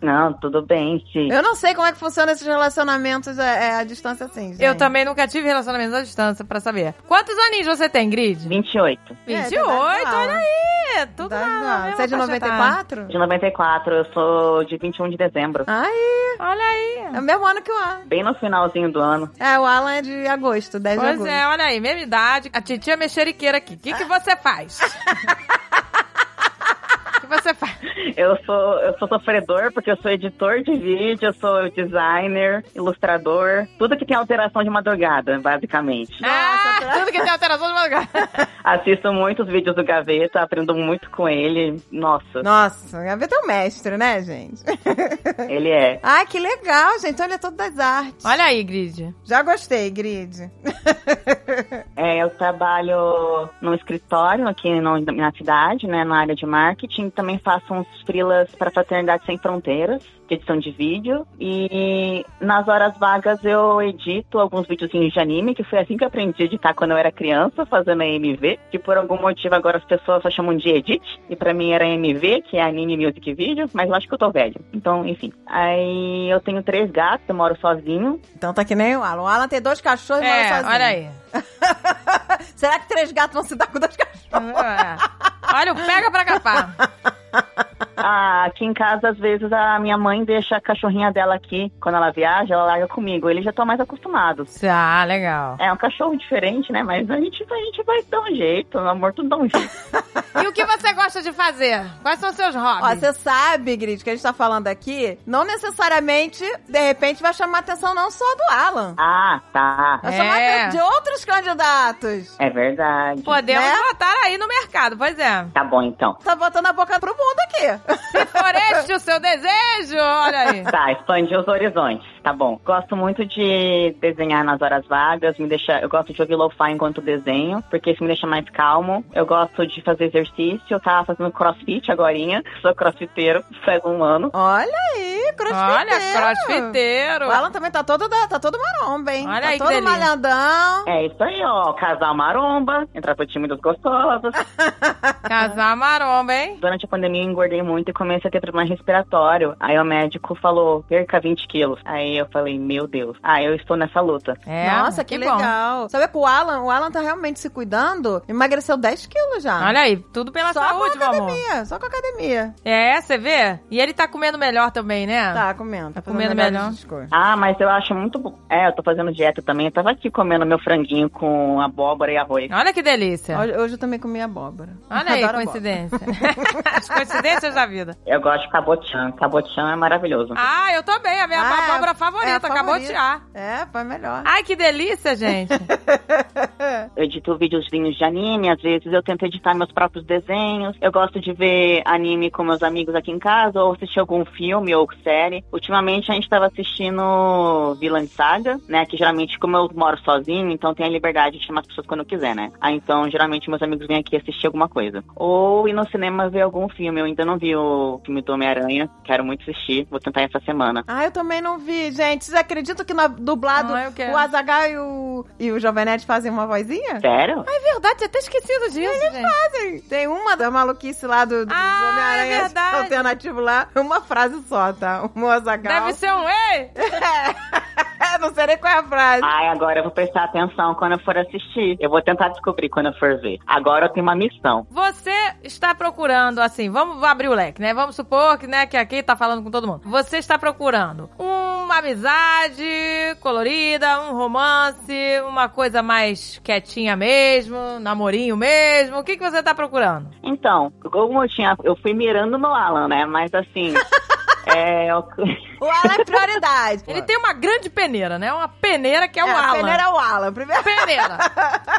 Speaker 11: Não, tudo bem, sim.
Speaker 2: Eu não sei como é que funciona esses relacionamentos é, é, a distância assim, gente.
Speaker 1: Eu também nunca tive relacionamento à distância, pra saber. Quantos aninhos você tem, Grid?
Speaker 11: 28.
Speaker 2: É,
Speaker 1: 28,
Speaker 2: tem idade do
Speaker 1: olha
Speaker 2: Alan.
Speaker 1: aí! Tudo
Speaker 2: Tá,
Speaker 1: na- na
Speaker 2: tá.
Speaker 1: mesma
Speaker 2: Você é de
Speaker 1: faixa etária.
Speaker 2: 94?
Speaker 11: De 94, eu sou de 21 de dezembro.
Speaker 2: Ah. Aí,
Speaker 1: Olha aí!
Speaker 2: é o mesmo ano que o Alan.
Speaker 11: Bem no finalzinho do ano.
Speaker 2: É, o Alan é de agosto, 10 de
Speaker 1: Pois
Speaker 2: agosto.
Speaker 1: é, olha aí, mesma idade. A titia mexeriqueira aqui. O que, que você faz? O que você faz?
Speaker 11: Eu sou, eu sou sofredor porque eu sou editor de vídeo, eu sou designer, ilustrador, tudo que tem alteração de madrugada, basicamente.
Speaker 1: Ah, tudo que tem alteração de madrugada.
Speaker 11: Assisto muitos vídeos do Gaveta, aprendo muito com ele. Nossa.
Speaker 2: Nossa, o Gaveta é o mestre, né, gente?
Speaker 11: Ele é.
Speaker 2: Ai, que legal, gente. Então ele é todo das artes.
Speaker 1: Olha aí, Grid.
Speaker 2: Já gostei, Grid.
Speaker 11: É, eu trabalho num escritório aqui no- na cidade, né, na área de marketing. Também faço uns frilas para Fraternidade Sem Fronteiras, de edição de vídeo. E nas horas vagas eu edito alguns videozinhos de anime, que foi assim que eu aprendi a editar quando eu era criança, fazendo a MV. Que por algum motivo agora as pessoas só chamam de edit. E pra mim era MV, que é Anime Music Video, mas eu acho que eu tô velho. Então, enfim. Aí eu tenho três gatos, eu moro sozinho.
Speaker 2: Então tá que nem o Alan. O Alan tem dois cachorros e mora
Speaker 1: É,
Speaker 2: sozinho.
Speaker 1: olha aí.
Speaker 2: Será que três gatos vão se dar com dois cachorros?
Speaker 1: É. Olha, o pega pra capar.
Speaker 11: Ah, aqui em casa, às vezes, a minha mãe deixa a cachorrinha dela aqui. Quando ela viaja, ela larga comigo. Eles já estão mais acostumados.
Speaker 1: Ah, legal.
Speaker 11: É um cachorro diferente, né? Mas a gente, a gente vai dar um jeito. O amor tudo dá um jeito.
Speaker 1: E o que você gosta de fazer? Quais são seus
Speaker 2: Ó,
Speaker 1: hobbies?
Speaker 2: você sabe, Grid, que a gente tá falando aqui, não necessariamente, de repente, vai chamar a atenção não só do Alan.
Speaker 11: ah, tá.
Speaker 2: Vai chamar a
Speaker 1: É.
Speaker 2: atenção de outros candidatos.
Speaker 11: É verdade.
Speaker 1: Podemos
Speaker 2: né?
Speaker 1: botar aí no mercado, pois é.
Speaker 11: Tá bom, então.
Speaker 2: Tá botando a boca pro mundo aqui.
Speaker 1: Se for este o seu desejo, olha aí.
Speaker 11: Tá, expandir os horizontes. Tá bom. Gosto muito de desenhar nas horas vagas, me deixa, eu gosto de ouvir lo-fi enquanto desenho, porque isso me deixa mais calmo. Eu gosto de fazer exercício, eu tava fazendo crossfit agorinha, sou crossfiteiro faz um ano.
Speaker 2: Olha aí, crossfiteiro.
Speaker 1: Olha, crossfiteiro.
Speaker 2: O Alan também tá todo, da- tá todo maromba, hein?
Speaker 1: Olha
Speaker 2: tá
Speaker 1: aí que
Speaker 2: todo
Speaker 1: delícia.
Speaker 2: malhadão.
Speaker 11: É isso aí, ó, casal maromba, entrar pro time dos gostosos.
Speaker 1: Casar maromba, hein?
Speaker 11: Durante a pandemia eu engordei muito e comecei a ter problema respiratório. Aí o médico falou, perca 20 quilos. Aí eu falei, meu Deus. Ah, eu estou nessa luta.
Speaker 1: É,
Speaker 2: Nossa, que,
Speaker 1: bom.
Speaker 2: legal. Sabe que o Alan, o Alan tá realmente se cuidando, emagreceu 10 quilos já.
Speaker 1: Olha aí, tudo pela
Speaker 2: só
Speaker 1: saúde,
Speaker 2: com
Speaker 1: meu amor.
Speaker 2: academia, só com academia.
Speaker 1: É, você vê? E ele tá comendo melhor também, né?
Speaker 2: Tá comendo, tá
Speaker 1: comendo
Speaker 2: fazendo melhores
Speaker 1: melhor.
Speaker 2: escolhas.
Speaker 11: Ah, mas eu acho muito bom. É, eu tô fazendo dieta também. Eu tava aqui comendo meu franguinho com abóbora e arroz.
Speaker 1: Olha que delícia.
Speaker 2: Hoje, hoje eu também comi abóbora.
Speaker 1: Tá. Olha aí,
Speaker 2: Adoro
Speaker 1: coincidência. As coincidências da vida.
Speaker 11: Eu gosto de cabotian. Cabotian é maravilhoso.
Speaker 1: Ah, eu também. A minha
Speaker 2: Ah, é-
Speaker 1: abóbora
Speaker 2: é a
Speaker 1: favorita. Acabou de
Speaker 2: favorita.
Speaker 1: tirar.
Speaker 2: abóbora. É, foi melhor.
Speaker 1: Ai, que delícia, gente.
Speaker 11: Eu edito videozinhos de anime, às vezes eu tento editar meus próprios desenhos. Eu gosto de ver anime com meus amigos aqui em casa, ou assistir algum filme ou série. Ultimamente a gente tava assistindo Villain Saga, né? Que geralmente, como eu moro sozinho, então tenho a liberdade de chamar as pessoas quando eu quiser, né? Ah, então geralmente meus amigos vêm aqui assistir alguma coisa. Ou ir no cinema ver algum filme. Eu ainda não vi o filme do Homem-Aranha, quero muito assistir, vou tentar essa semana.
Speaker 2: Ah, eu também não vi, gente. Vocês acreditam que no dublado
Speaker 1: Ah, eu quero.
Speaker 2: o Azaghal e o, e o Jovem Nerd fazem uma vozinha?
Speaker 11: Sério?
Speaker 1: É verdade, tinha até esquecido disso, gente.
Speaker 2: Fazem. Tem uma da maluquice lá do, do
Speaker 1: Ah, é
Speaker 2: Homem-Aranha
Speaker 1: verdade.
Speaker 2: alternativo lá. Uma frase só, tá? O Azaghal.
Speaker 1: Deve ser um ei.
Speaker 2: É. não sei nem qual é a frase.
Speaker 11: Ai, agora eu vou prestar atenção quando eu for assistir. Eu vou tentar descobrir quando eu for ver. Agora eu tenho uma missão.
Speaker 1: Você está procurando, assim, vamos abrir o leque, né? Vamos supor que, né, que aqui tá falando com todo mundo. Você está procurando uma amizade colorida, um romance, uma coisa mais quietinha mesmo, namorinho mesmo. O que, que você tá procurando?
Speaker 11: Então, como eu tinha. Eu fui mirando no Alan, né? Mas assim. é, eu-
Speaker 2: O Alan é prioridade.
Speaker 1: Ele tem uma grande peneira, né? Uma peneira que é o
Speaker 2: a
Speaker 1: Alan.
Speaker 2: peneira é o Alan. Primeiro...
Speaker 1: Peneira.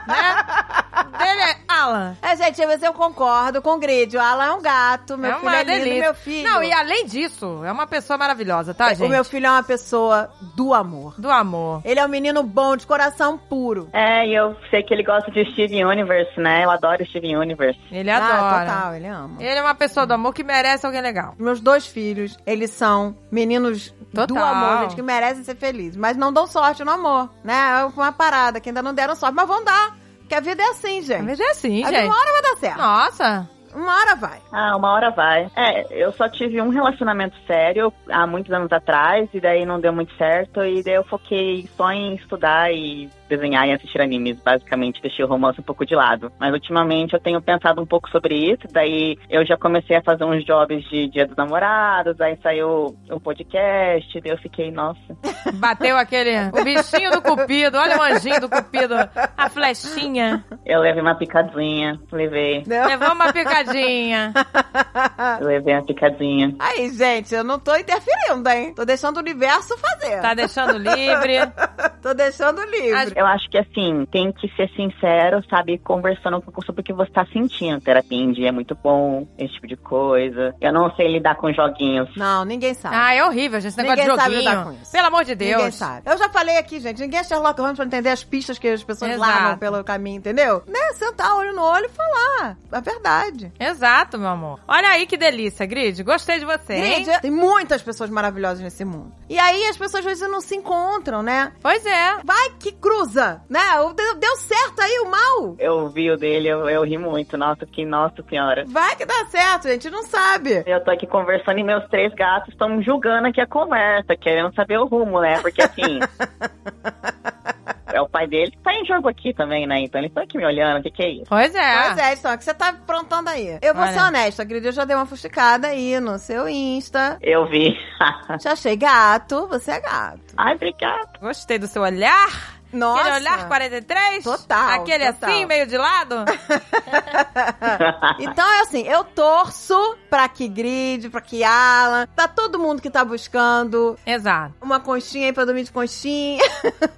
Speaker 1: né? Dele é Alan.
Speaker 2: É, gente, mas eu concordo com o Grid. O Alan é um gato, meu
Speaker 1: é
Speaker 2: filho
Speaker 1: uma
Speaker 2: é lindo,
Speaker 1: delícia.
Speaker 2: meu filho...
Speaker 1: Não, e além disso, é uma pessoa maravilhosa, tá, gente?
Speaker 2: O meu filho é uma pessoa do amor.
Speaker 1: Do amor.
Speaker 2: Ele é um menino bom, de coração puro.
Speaker 11: é, e eu sei que ele gosta de Steven Universe, né? Eu adoro Steven Universe.
Speaker 1: Ele
Speaker 2: Ah,
Speaker 1: adora.
Speaker 2: total, ele ama.
Speaker 1: Ele é uma pessoa do amor que merece alguém legal.
Speaker 2: Meus dois filhos, eles são meninos do
Speaker 1: Total.
Speaker 2: amor, gente, que merecem ser felizes. Mas não dão sorte no amor, né? É uma parada que ainda não deram sorte, mas vão dar. Porque a vida é assim, gente.
Speaker 1: Mas é assim,
Speaker 2: A vida
Speaker 1: gente.
Speaker 2: Uma hora vai dar certo.
Speaker 1: Nossa.
Speaker 2: Uma hora vai.
Speaker 11: Ah, uma hora vai. É, eu só tive um relacionamento sério há muitos anos atrás, e daí não deu muito certo, e daí eu foquei só em estudar e desenhar e assistir animes, basicamente deixei o romance um pouco de lado. Mas ultimamente eu tenho pensado um pouco sobre isso, daí eu já comecei a fazer uns jobs de Dia dos Namorados, aí saiu o podcast, daí eu fiquei, nossa.
Speaker 1: Bateu aquele. O bichinho do Cupido, olha o anjinho do Cupido, a flechinha.
Speaker 11: Eu levei uma picadinha, levei.
Speaker 1: Levou uma picadinha.
Speaker 11: Levei uma picadinha.
Speaker 2: Aí, gente, eu não tô interferindo, hein? Tô deixando o universo fazer.
Speaker 1: Tá deixando livre.
Speaker 2: tô deixando livre.
Speaker 11: Eu acho que assim, tem que ser sincero, sabe? Conversando um pouco sobre o que você tá sentindo. Terapia em dia é muito bom, esse tipo de coisa. Eu não sei lidar com joguinhos.
Speaker 2: Não, ninguém sabe.
Speaker 1: Ah, é horrível, gente, esse negócio
Speaker 2: Tá. Ninguém
Speaker 1: de
Speaker 2: sabe
Speaker 1: joguinho.
Speaker 2: lidar com isso.
Speaker 1: Pelo amor de Deus.
Speaker 2: Ninguém sabe. Eu já falei aqui, gente, ninguém é Sherlock Holmes pra entender as pistas que as pessoas
Speaker 1: Exato.
Speaker 2: largam pelo caminho, entendeu? Né? Sentar olho no olho e falar a verdade.
Speaker 1: Exato, meu amor. Olha aí que delícia, Grid. Gostei de você, hein?
Speaker 2: Gente, tem muitas pessoas maravilhosas nesse mundo. E aí as pessoas às vezes não se encontram, né?
Speaker 1: Pois é.
Speaker 2: Vai que cruza, né? O- Deu deu certo aí o mal.
Speaker 11: Eu vi o dele, eu, eu ri muito. Nossa, que nossa senhora.
Speaker 2: Vai que dá certo, a gente não sabe.
Speaker 11: Eu tô aqui conversando e meus três gatos estão julgando aqui a conversa, querendo saber o rumo, né? Porque assim. é o pai dele que tá em jogo aqui também, né? Então eles estão aqui me olhando, o que, que é isso?
Speaker 1: Pois é.
Speaker 2: Pois é, Edson, é que você tá aprontando aí. Eu vou
Speaker 11: Olha.
Speaker 2: ser honesta, Grid, eu já dei uma fusticada aí no seu Insta.
Speaker 11: Eu vi.
Speaker 2: Já achei gato, você é gato.
Speaker 11: Ai, obrigado.
Speaker 1: Gostei do seu olhar.
Speaker 2: é. Nossa.
Speaker 1: Aquele olhar 43?
Speaker 2: Total,
Speaker 1: Aquele
Speaker 2: total.
Speaker 1: assim, meio de lado?
Speaker 2: Então é assim, eu torço pra que Grid, pra que Alan, pra todo mundo que tá buscando
Speaker 1: Exato.
Speaker 2: uma conchinha aí pra dormir de conchinha.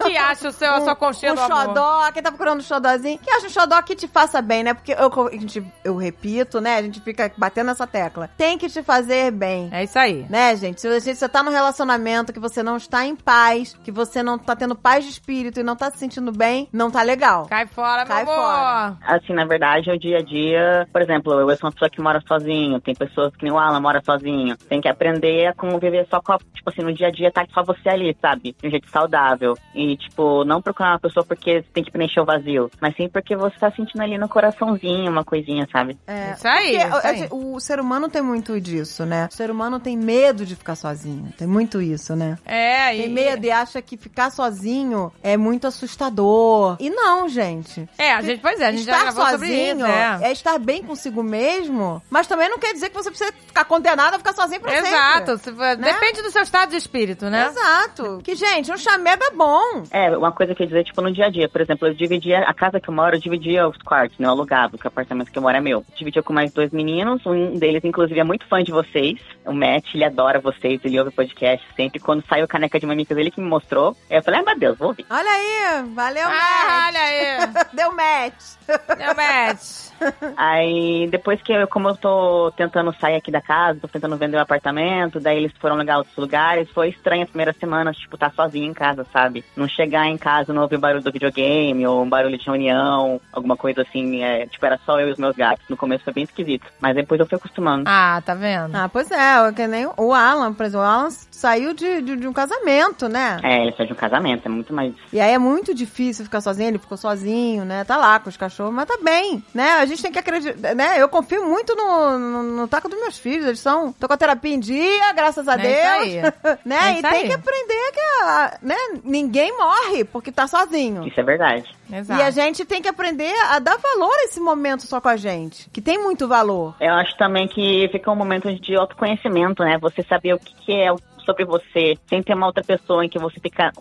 Speaker 1: Que acha o seu, a sua conchinha
Speaker 2: um
Speaker 1: do amor?
Speaker 2: xodó, quem tá procurando um xodózinho, que acha um xodó que te faça bem, né? Porque eu, a gente- eu repito, né? A gente fica batendo essa tecla. Tem que te fazer bem.
Speaker 1: É isso aí.
Speaker 2: Né, gente? Se você você tá num relacionamento que você não está em paz, que você não tá tendo paz de espírito e não tá se sentindo bem, não tá legal.
Speaker 1: Cai fora,
Speaker 2: Cai
Speaker 1: meu amor.
Speaker 11: Assim, na verdade, o dia a dia, por exemplo, eu sou uma pessoa que mora sozinho, tem pessoas que nem o Alan mora sozinho. Tem que aprender a como viver só com a, tipo assim, no dia a dia tá só você ali, sabe? De um jeito saudável. E, tipo, não procurar uma pessoa porque tem que preencher o vazio, mas sim porque você tá sentindo ali no coraçãozinho uma coisinha, sabe?
Speaker 2: É,
Speaker 1: Isso aí,
Speaker 2: porque,
Speaker 1: isso
Speaker 2: a-
Speaker 1: aí.
Speaker 2: a- O, ser humano tem muito disso, né? O ser humano tem medo de ficar sozinho. Tem muito isso, né?
Speaker 1: É,
Speaker 2: Tem
Speaker 1: e...
Speaker 2: medo e acha que ficar sozinho é muito assustador. E não, gente.
Speaker 1: É, a gente, pois é, a gente já
Speaker 2: estar
Speaker 1: gravou sobre
Speaker 2: sozinho
Speaker 1: isso, é.
Speaker 2: é estar bem consigo mesmo, mas também não quer dizer que você precisa ficar condenado a ficar sozinho pra sempre.
Speaker 1: Exato. se for-
Speaker 2: Né?
Speaker 1: Depende do seu estado de espírito, né?
Speaker 2: Exato. Que, gente, um chamego é bom.
Speaker 11: É, uma coisa que eu ia dizer, tipo, no dia a dia. Por exemplo, eu dividia a casa que eu moro, eu dividia os quartos, né? Eu alugava, porque o apartamento que eu moro é meu. Dividia com mais dois meninos, um deles, inclusive, é muito fã de vocês. O Matt, ele adora vocês, ele ouve o podcast sempre. Quando saiu o Caneca de Mamicas, ele que me mostrou. Aí eu falei, ai, meu Deus, vou ouvir.
Speaker 2: Olha aí, valeu,
Speaker 1: Ah,
Speaker 2: match.
Speaker 1: olha aí.
Speaker 2: Deu match.
Speaker 1: Meu match.
Speaker 11: Aí, depois que eu, como eu tô tentando sair aqui da casa, tô tentando vender o apartamento, daí eles foram alugar outros lugares, foi estranho a primeira semana, tipo, tá sozinho em casa, sabe? Não chegar em casa, não ouvir o barulho do videogame, ou um barulho de reunião, alguma coisa assim, é, tipo, era só eu e os meus gatos. No começo foi bem esquisito, mas depois eu fui acostumando.
Speaker 1: Ah, tá vendo?
Speaker 2: Ah, pois é, é que nem o Alan, por exemplo, o Alan saiu de, de, de um casamento, né?
Speaker 11: É, ele fez um casamento, é muito mais...
Speaker 2: E aí é muito difícil ficar sozinho, ele ficou sozinho, né? Tá lá com os cachorros, mas tá bem, né? A gente tem que acreditar, né? Eu confio muito no, no, no taco dos meus filhos, eles são... Tô com a terapia em dia, graças a
Speaker 1: É isso
Speaker 2: Ah, Deus. né?
Speaker 1: É
Speaker 2: e
Speaker 1: isso
Speaker 2: tem
Speaker 1: aí.
Speaker 2: que aprender que a- né? ninguém morre porque tá sozinho.
Speaker 11: Isso é verdade.
Speaker 1: Exato.
Speaker 2: E a gente tem que aprender a dar valor a esse momento só com a gente, que tem muito valor.
Speaker 11: Eu acho também que fica um momento de autoconhecimento, né? Você saber o que, que é sobre você, sem ter uma outra pessoa em que você fica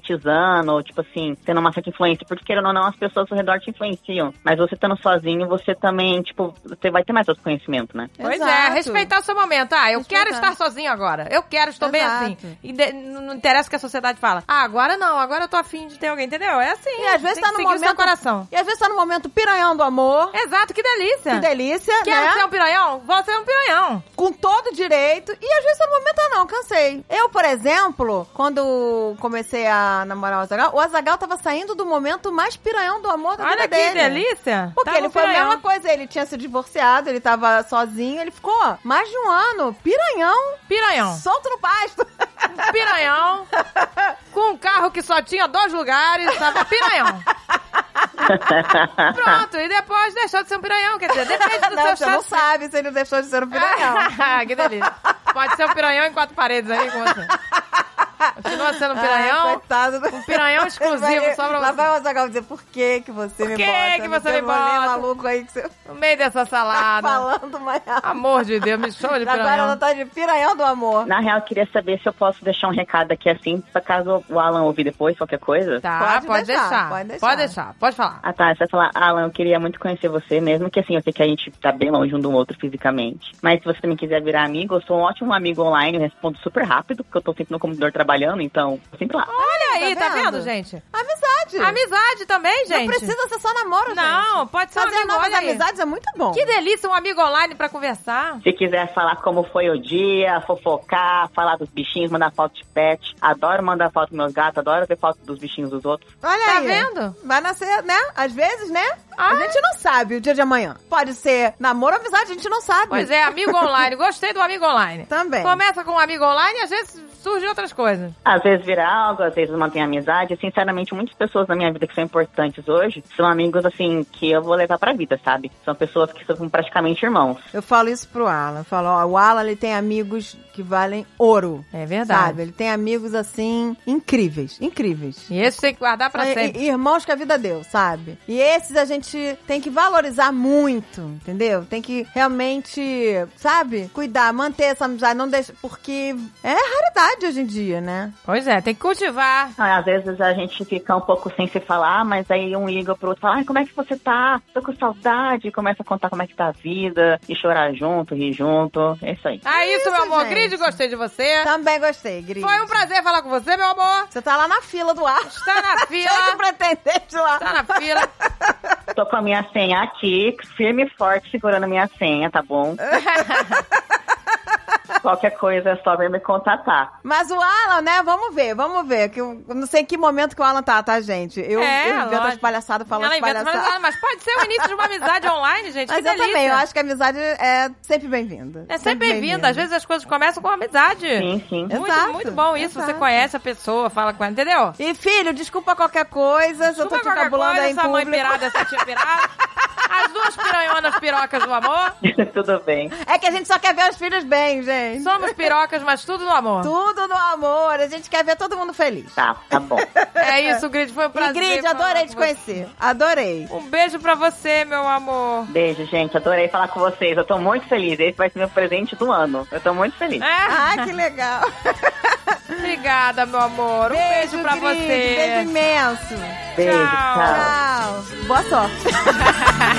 Speaker 11: mimetizando, ou tipo assim, tendo uma certa influência. Porque querendo ou não, as pessoas ao redor te influenciam. Mas você estando sozinho, você também, tipo, você vai ter mais autoconhecimento, né?
Speaker 1: Pois é,
Speaker 2: Exato.
Speaker 1: respeitar o seu momento. Ah, eu quero
Speaker 2: Respeitar.
Speaker 1: estar sozinho agora. Eu quero, estou bem
Speaker 2: Exato.
Speaker 1: assim. E de- n- não interessa o que a sociedade fala. Ah, agora não, agora eu tô afim de ter alguém, entendeu? É assim.
Speaker 2: E às vezes
Speaker 1: tem
Speaker 2: tá
Speaker 1: que
Speaker 2: no
Speaker 1: seguir o seu
Speaker 2: momento.
Speaker 1: coração.
Speaker 2: E às vezes tá no momento piranhão do amor.
Speaker 1: Exato, que delícia.
Speaker 2: Que delícia,
Speaker 1: É. Quero
Speaker 2: né?
Speaker 1: ser um piranhão? Vou ser um piranhão.
Speaker 2: com todo direito. E às vezes tá eu não vou aumentar, ah, não, cansei. Eu, por exemplo, quando comecei a namorar o Azagal, o Azagal tava saindo do momento mais piranhão do amor da
Speaker 1: Olha
Speaker 2: vida
Speaker 1: que
Speaker 2: dele.
Speaker 1: delícia.
Speaker 2: Porque
Speaker 1: Tava
Speaker 2: ele
Speaker 1: um
Speaker 2: foi a
Speaker 1: piranhão.
Speaker 2: mesma coisa, ele tinha se divorciado, ele tava sozinho, ele ficou mais de um ano, piranhão,
Speaker 1: Piranhão.
Speaker 2: solto no pasto.
Speaker 1: Piranhão. com um carro que só tinha dois lugares, tava piranhão. Pronto, e depois deixou de ser um piranhão. Quer dizer, depende do
Speaker 2: não,
Speaker 1: seu
Speaker 2: você não
Speaker 1: status.
Speaker 2: sabe se ele deixou de ser um piranhão.
Speaker 1: que delícia. Pode ser um piranhão em quatro paredes aí, com você. continua sendo um
Speaker 2: Ah,
Speaker 1: piranhão. Um piranhão exclusivo
Speaker 2: Vai-
Speaker 1: só pra
Speaker 2: Lá
Speaker 1: você.
Speaker 2: vai o Azaghal dizer, por que que você me
Speaker 1: que
Speaker 2: bota?
Speaker 1: que
Speaker 2: no
Speaker 1: você
Speaker 2: teu
Speaker 1: me
Speaker 2: rolê
Speaker 1: bota?
Speaker 2: maluco aí que você...
Speaker 1: No meio dessa salada.
Speaker 2: falando mais alto.
Speaker 1: Amor de Deus, me chama de
Speaker 2: Agora
Speaker 1: piranhão.
Speaker 2: ela tá de piranhão do amor.
Speaker 11: Na real, eu queria saber se eu posso deixar um recado aqui assim, pra caso o Alan ouvir depois, qualquer coisa.
Speaker 1: Tá, pode, deixar,
Speaker 2: pode deixar.
Speaker 1: Pode deixar, pode falar.
Speaker 11: Ah tá, você vai falar, Alan, eu queria muito conhecer você, mesmo que assim, eu sei que a gente tá bem longe um do outro fisicamente. Mas se você também quiser virar amigo, eu sou um ótimo amigo online, eu respondo super rápido, porque eu tô sempre no computador trabalhando, então tô sempre lá.
Speaker 1: Olha aí, tá vendo, gente?
Speaker 2: Amizade.
Speaker 1: Amizade também, gente.
Speaker 2: Não precisa ser só namoro, gente.
Speaker 1: Não, pode ser um
Speaker 2: Fazer
Speaker 1: amigo,
Speaker 2: novas
Speaker 1: olha aí.
Speaker 2: amizades é muito bom.
Speaker 1: Que delícia, um amigo online pra conversar.
Speaker 11: Se quiser falar como foi o dia, fofocar, falar dos bichinhos, mandar foto de pet. Adoro mandar foto dos meus gatos, adoro ver foto dos bichinhos dos outros.
Speaker 2: Olha
Speaker 1: Tá
Speaker 2: aí.
Speaker 1: vendo?
Speaker 2: Vai nascer, né? Às vezes, né?
Speaker 1: Ah.
Speaker 2: A gente não sabe o dia de amanhã. Pode ser namoro ou amizade, a gente não sabe.
Speaker 1: Pois é, amigo online. Gostei do amigo online.
Speaker 2: Também.
Speaker 1: Começa com um amigo online e às vezes surgem outras coisas.
Speaker 11: Às vezes vira algo, às vezes mantém amizade. Sinceramente, muitas pessoas na minha vida que são importantes hoje são amigos, assim, que eu vou levar pra vida, sabe? São pessoas que são praticamente irmãos.
Speaker 2: Eu falo isso pro Alan. Eu falo, ó, o Alan ele tem amigos que valem ouro.
Speaker 1: É verdade.
Speaker 2: Sabe? Ele tem amigos assim incríveis, incríveis.
Speaker 1: E esse tem que guardar pra
Speaker 2: São i-
Speaker 1: sempre.
Speaker 2: i- irmãos que a vida deu, sabe? E esses a gente tem que valorizar muito, entendeu? Tem que realmente, sabe? Cuidar, manter essa amizade, não deixar. Porque é raridade hoje em dia, né?
Speaker 1: Pois é, tem que cultivar.
Speaker 11: Ah, Às vezes a gente fica um pouco sem se falar, mas aí um liga pro outro e fala, ai, como é que você tá? Tô com saudade. E Começa a contar como é que tá a vida, e chorar junto, rir junto. É isso aí.
Speaker 1: É isso, meu amor.
Speaker 2: gente. Tá
Speaker 1: Grid, gostei de você.
Speaker 2: Também gostei, Gris.
Speaker 1: Foi um prazer falar com você, meu amor.
Speaker 2: Você tá lá na fila do ar.
Speaker 1: Tá na
Speaker 2: Cheio de
Speaker 1: fila.
Speaker 2: pretendente lá.
Speaker 1: Tá na fila.
Speaker 11: Tô com a minha senha aqui, firme e forte, segurando a minha senha, tá bom? Qualquer coisa é só vir me contatar.
Speaker 2: Mas o Alan, né? Vamos ver, vamos ver. Que eu eu não sei em que momento que o Alan tá, tá, gente? Eu,
Speaker 1: É,
Speaker 2: eu invento as
Speaker 1: lógico.
Speaker 2: palhaçadas, falo
Speaker 1: Ela
Speaker 2: as
Speaker 1: inventa
Speaker 2: palhaçadas.
Speaker 1: mas, mas pode ser o início de uma amizade online, gente.
Speaker 2: Mas
Speaker 1: que
Speaker 2: eu
Speaker 1: delícia.
Speaker 2: também, eu acho que a amizade é sempre bem-vinda.
Speaker 1: É sempre bem-vinda. Às vezes as coisas começam com amizade.
Speaker 11: Sim, sim.
Speaker 1: Muito,
Speaker 2: Exato,
Speaker 1: muito bom isso. Você
Speaker 2: exato.
Speaker 1: conhece a pessoa, fala com ela, entendeu?
Speaker 2: E filho, desculpa qualquer coisa, se eu tô te
Speaker 1: Desculpa qualquer
Speaker 2: encabulando
Speaker 1: coisa,
Speaker 2: aí em
Speaker 1: essa mãe
Speaker 2: público.
Speaker 1: pirada, essa tia pirada. As duas piranhonas pirocas do amor.
Speaker 11: Tudo bem.
Speaker 2: É que a gente só quer ver os filhos bem, gente.
Speaker 1: Somos pirocas, mas tudo no amor.
Speaker 2: Tudo no amor, a gente quer ver todo mundo feliz.
Speaker 11: Tá, tá bom.
Speaker 1: É isso, Grid. Foi um prazer.
Speaker 2: Ingrid,
Speaker 1: falar
Speaker 2: adorei
Speaker 1: com
Speaker 2: te
Speaker 1: você.
Speaker 2: conhecer. Adorei.
Speaker 1: Um beijo pra você, meu amor.
Speaker 11: Beijo, gente. Adorei falar com vocês. Eu tô muito feliz. Esse vai ser meu presente do ano. Eu tô muito feliz.
Speaker 1: É,
Speaker 2: Ah, que legal.
Speaker 1: obrigada, meu amor. Um beijo, pra
Speaker 2: Ingrid,
Speaker 1: você.
Speaker 2: Beijo imenso.
Speaker 11: Beijo,
Speaker 1: tchau.
Speaker 11: tchau.
Speaker 2: Tchau. Boa sorte.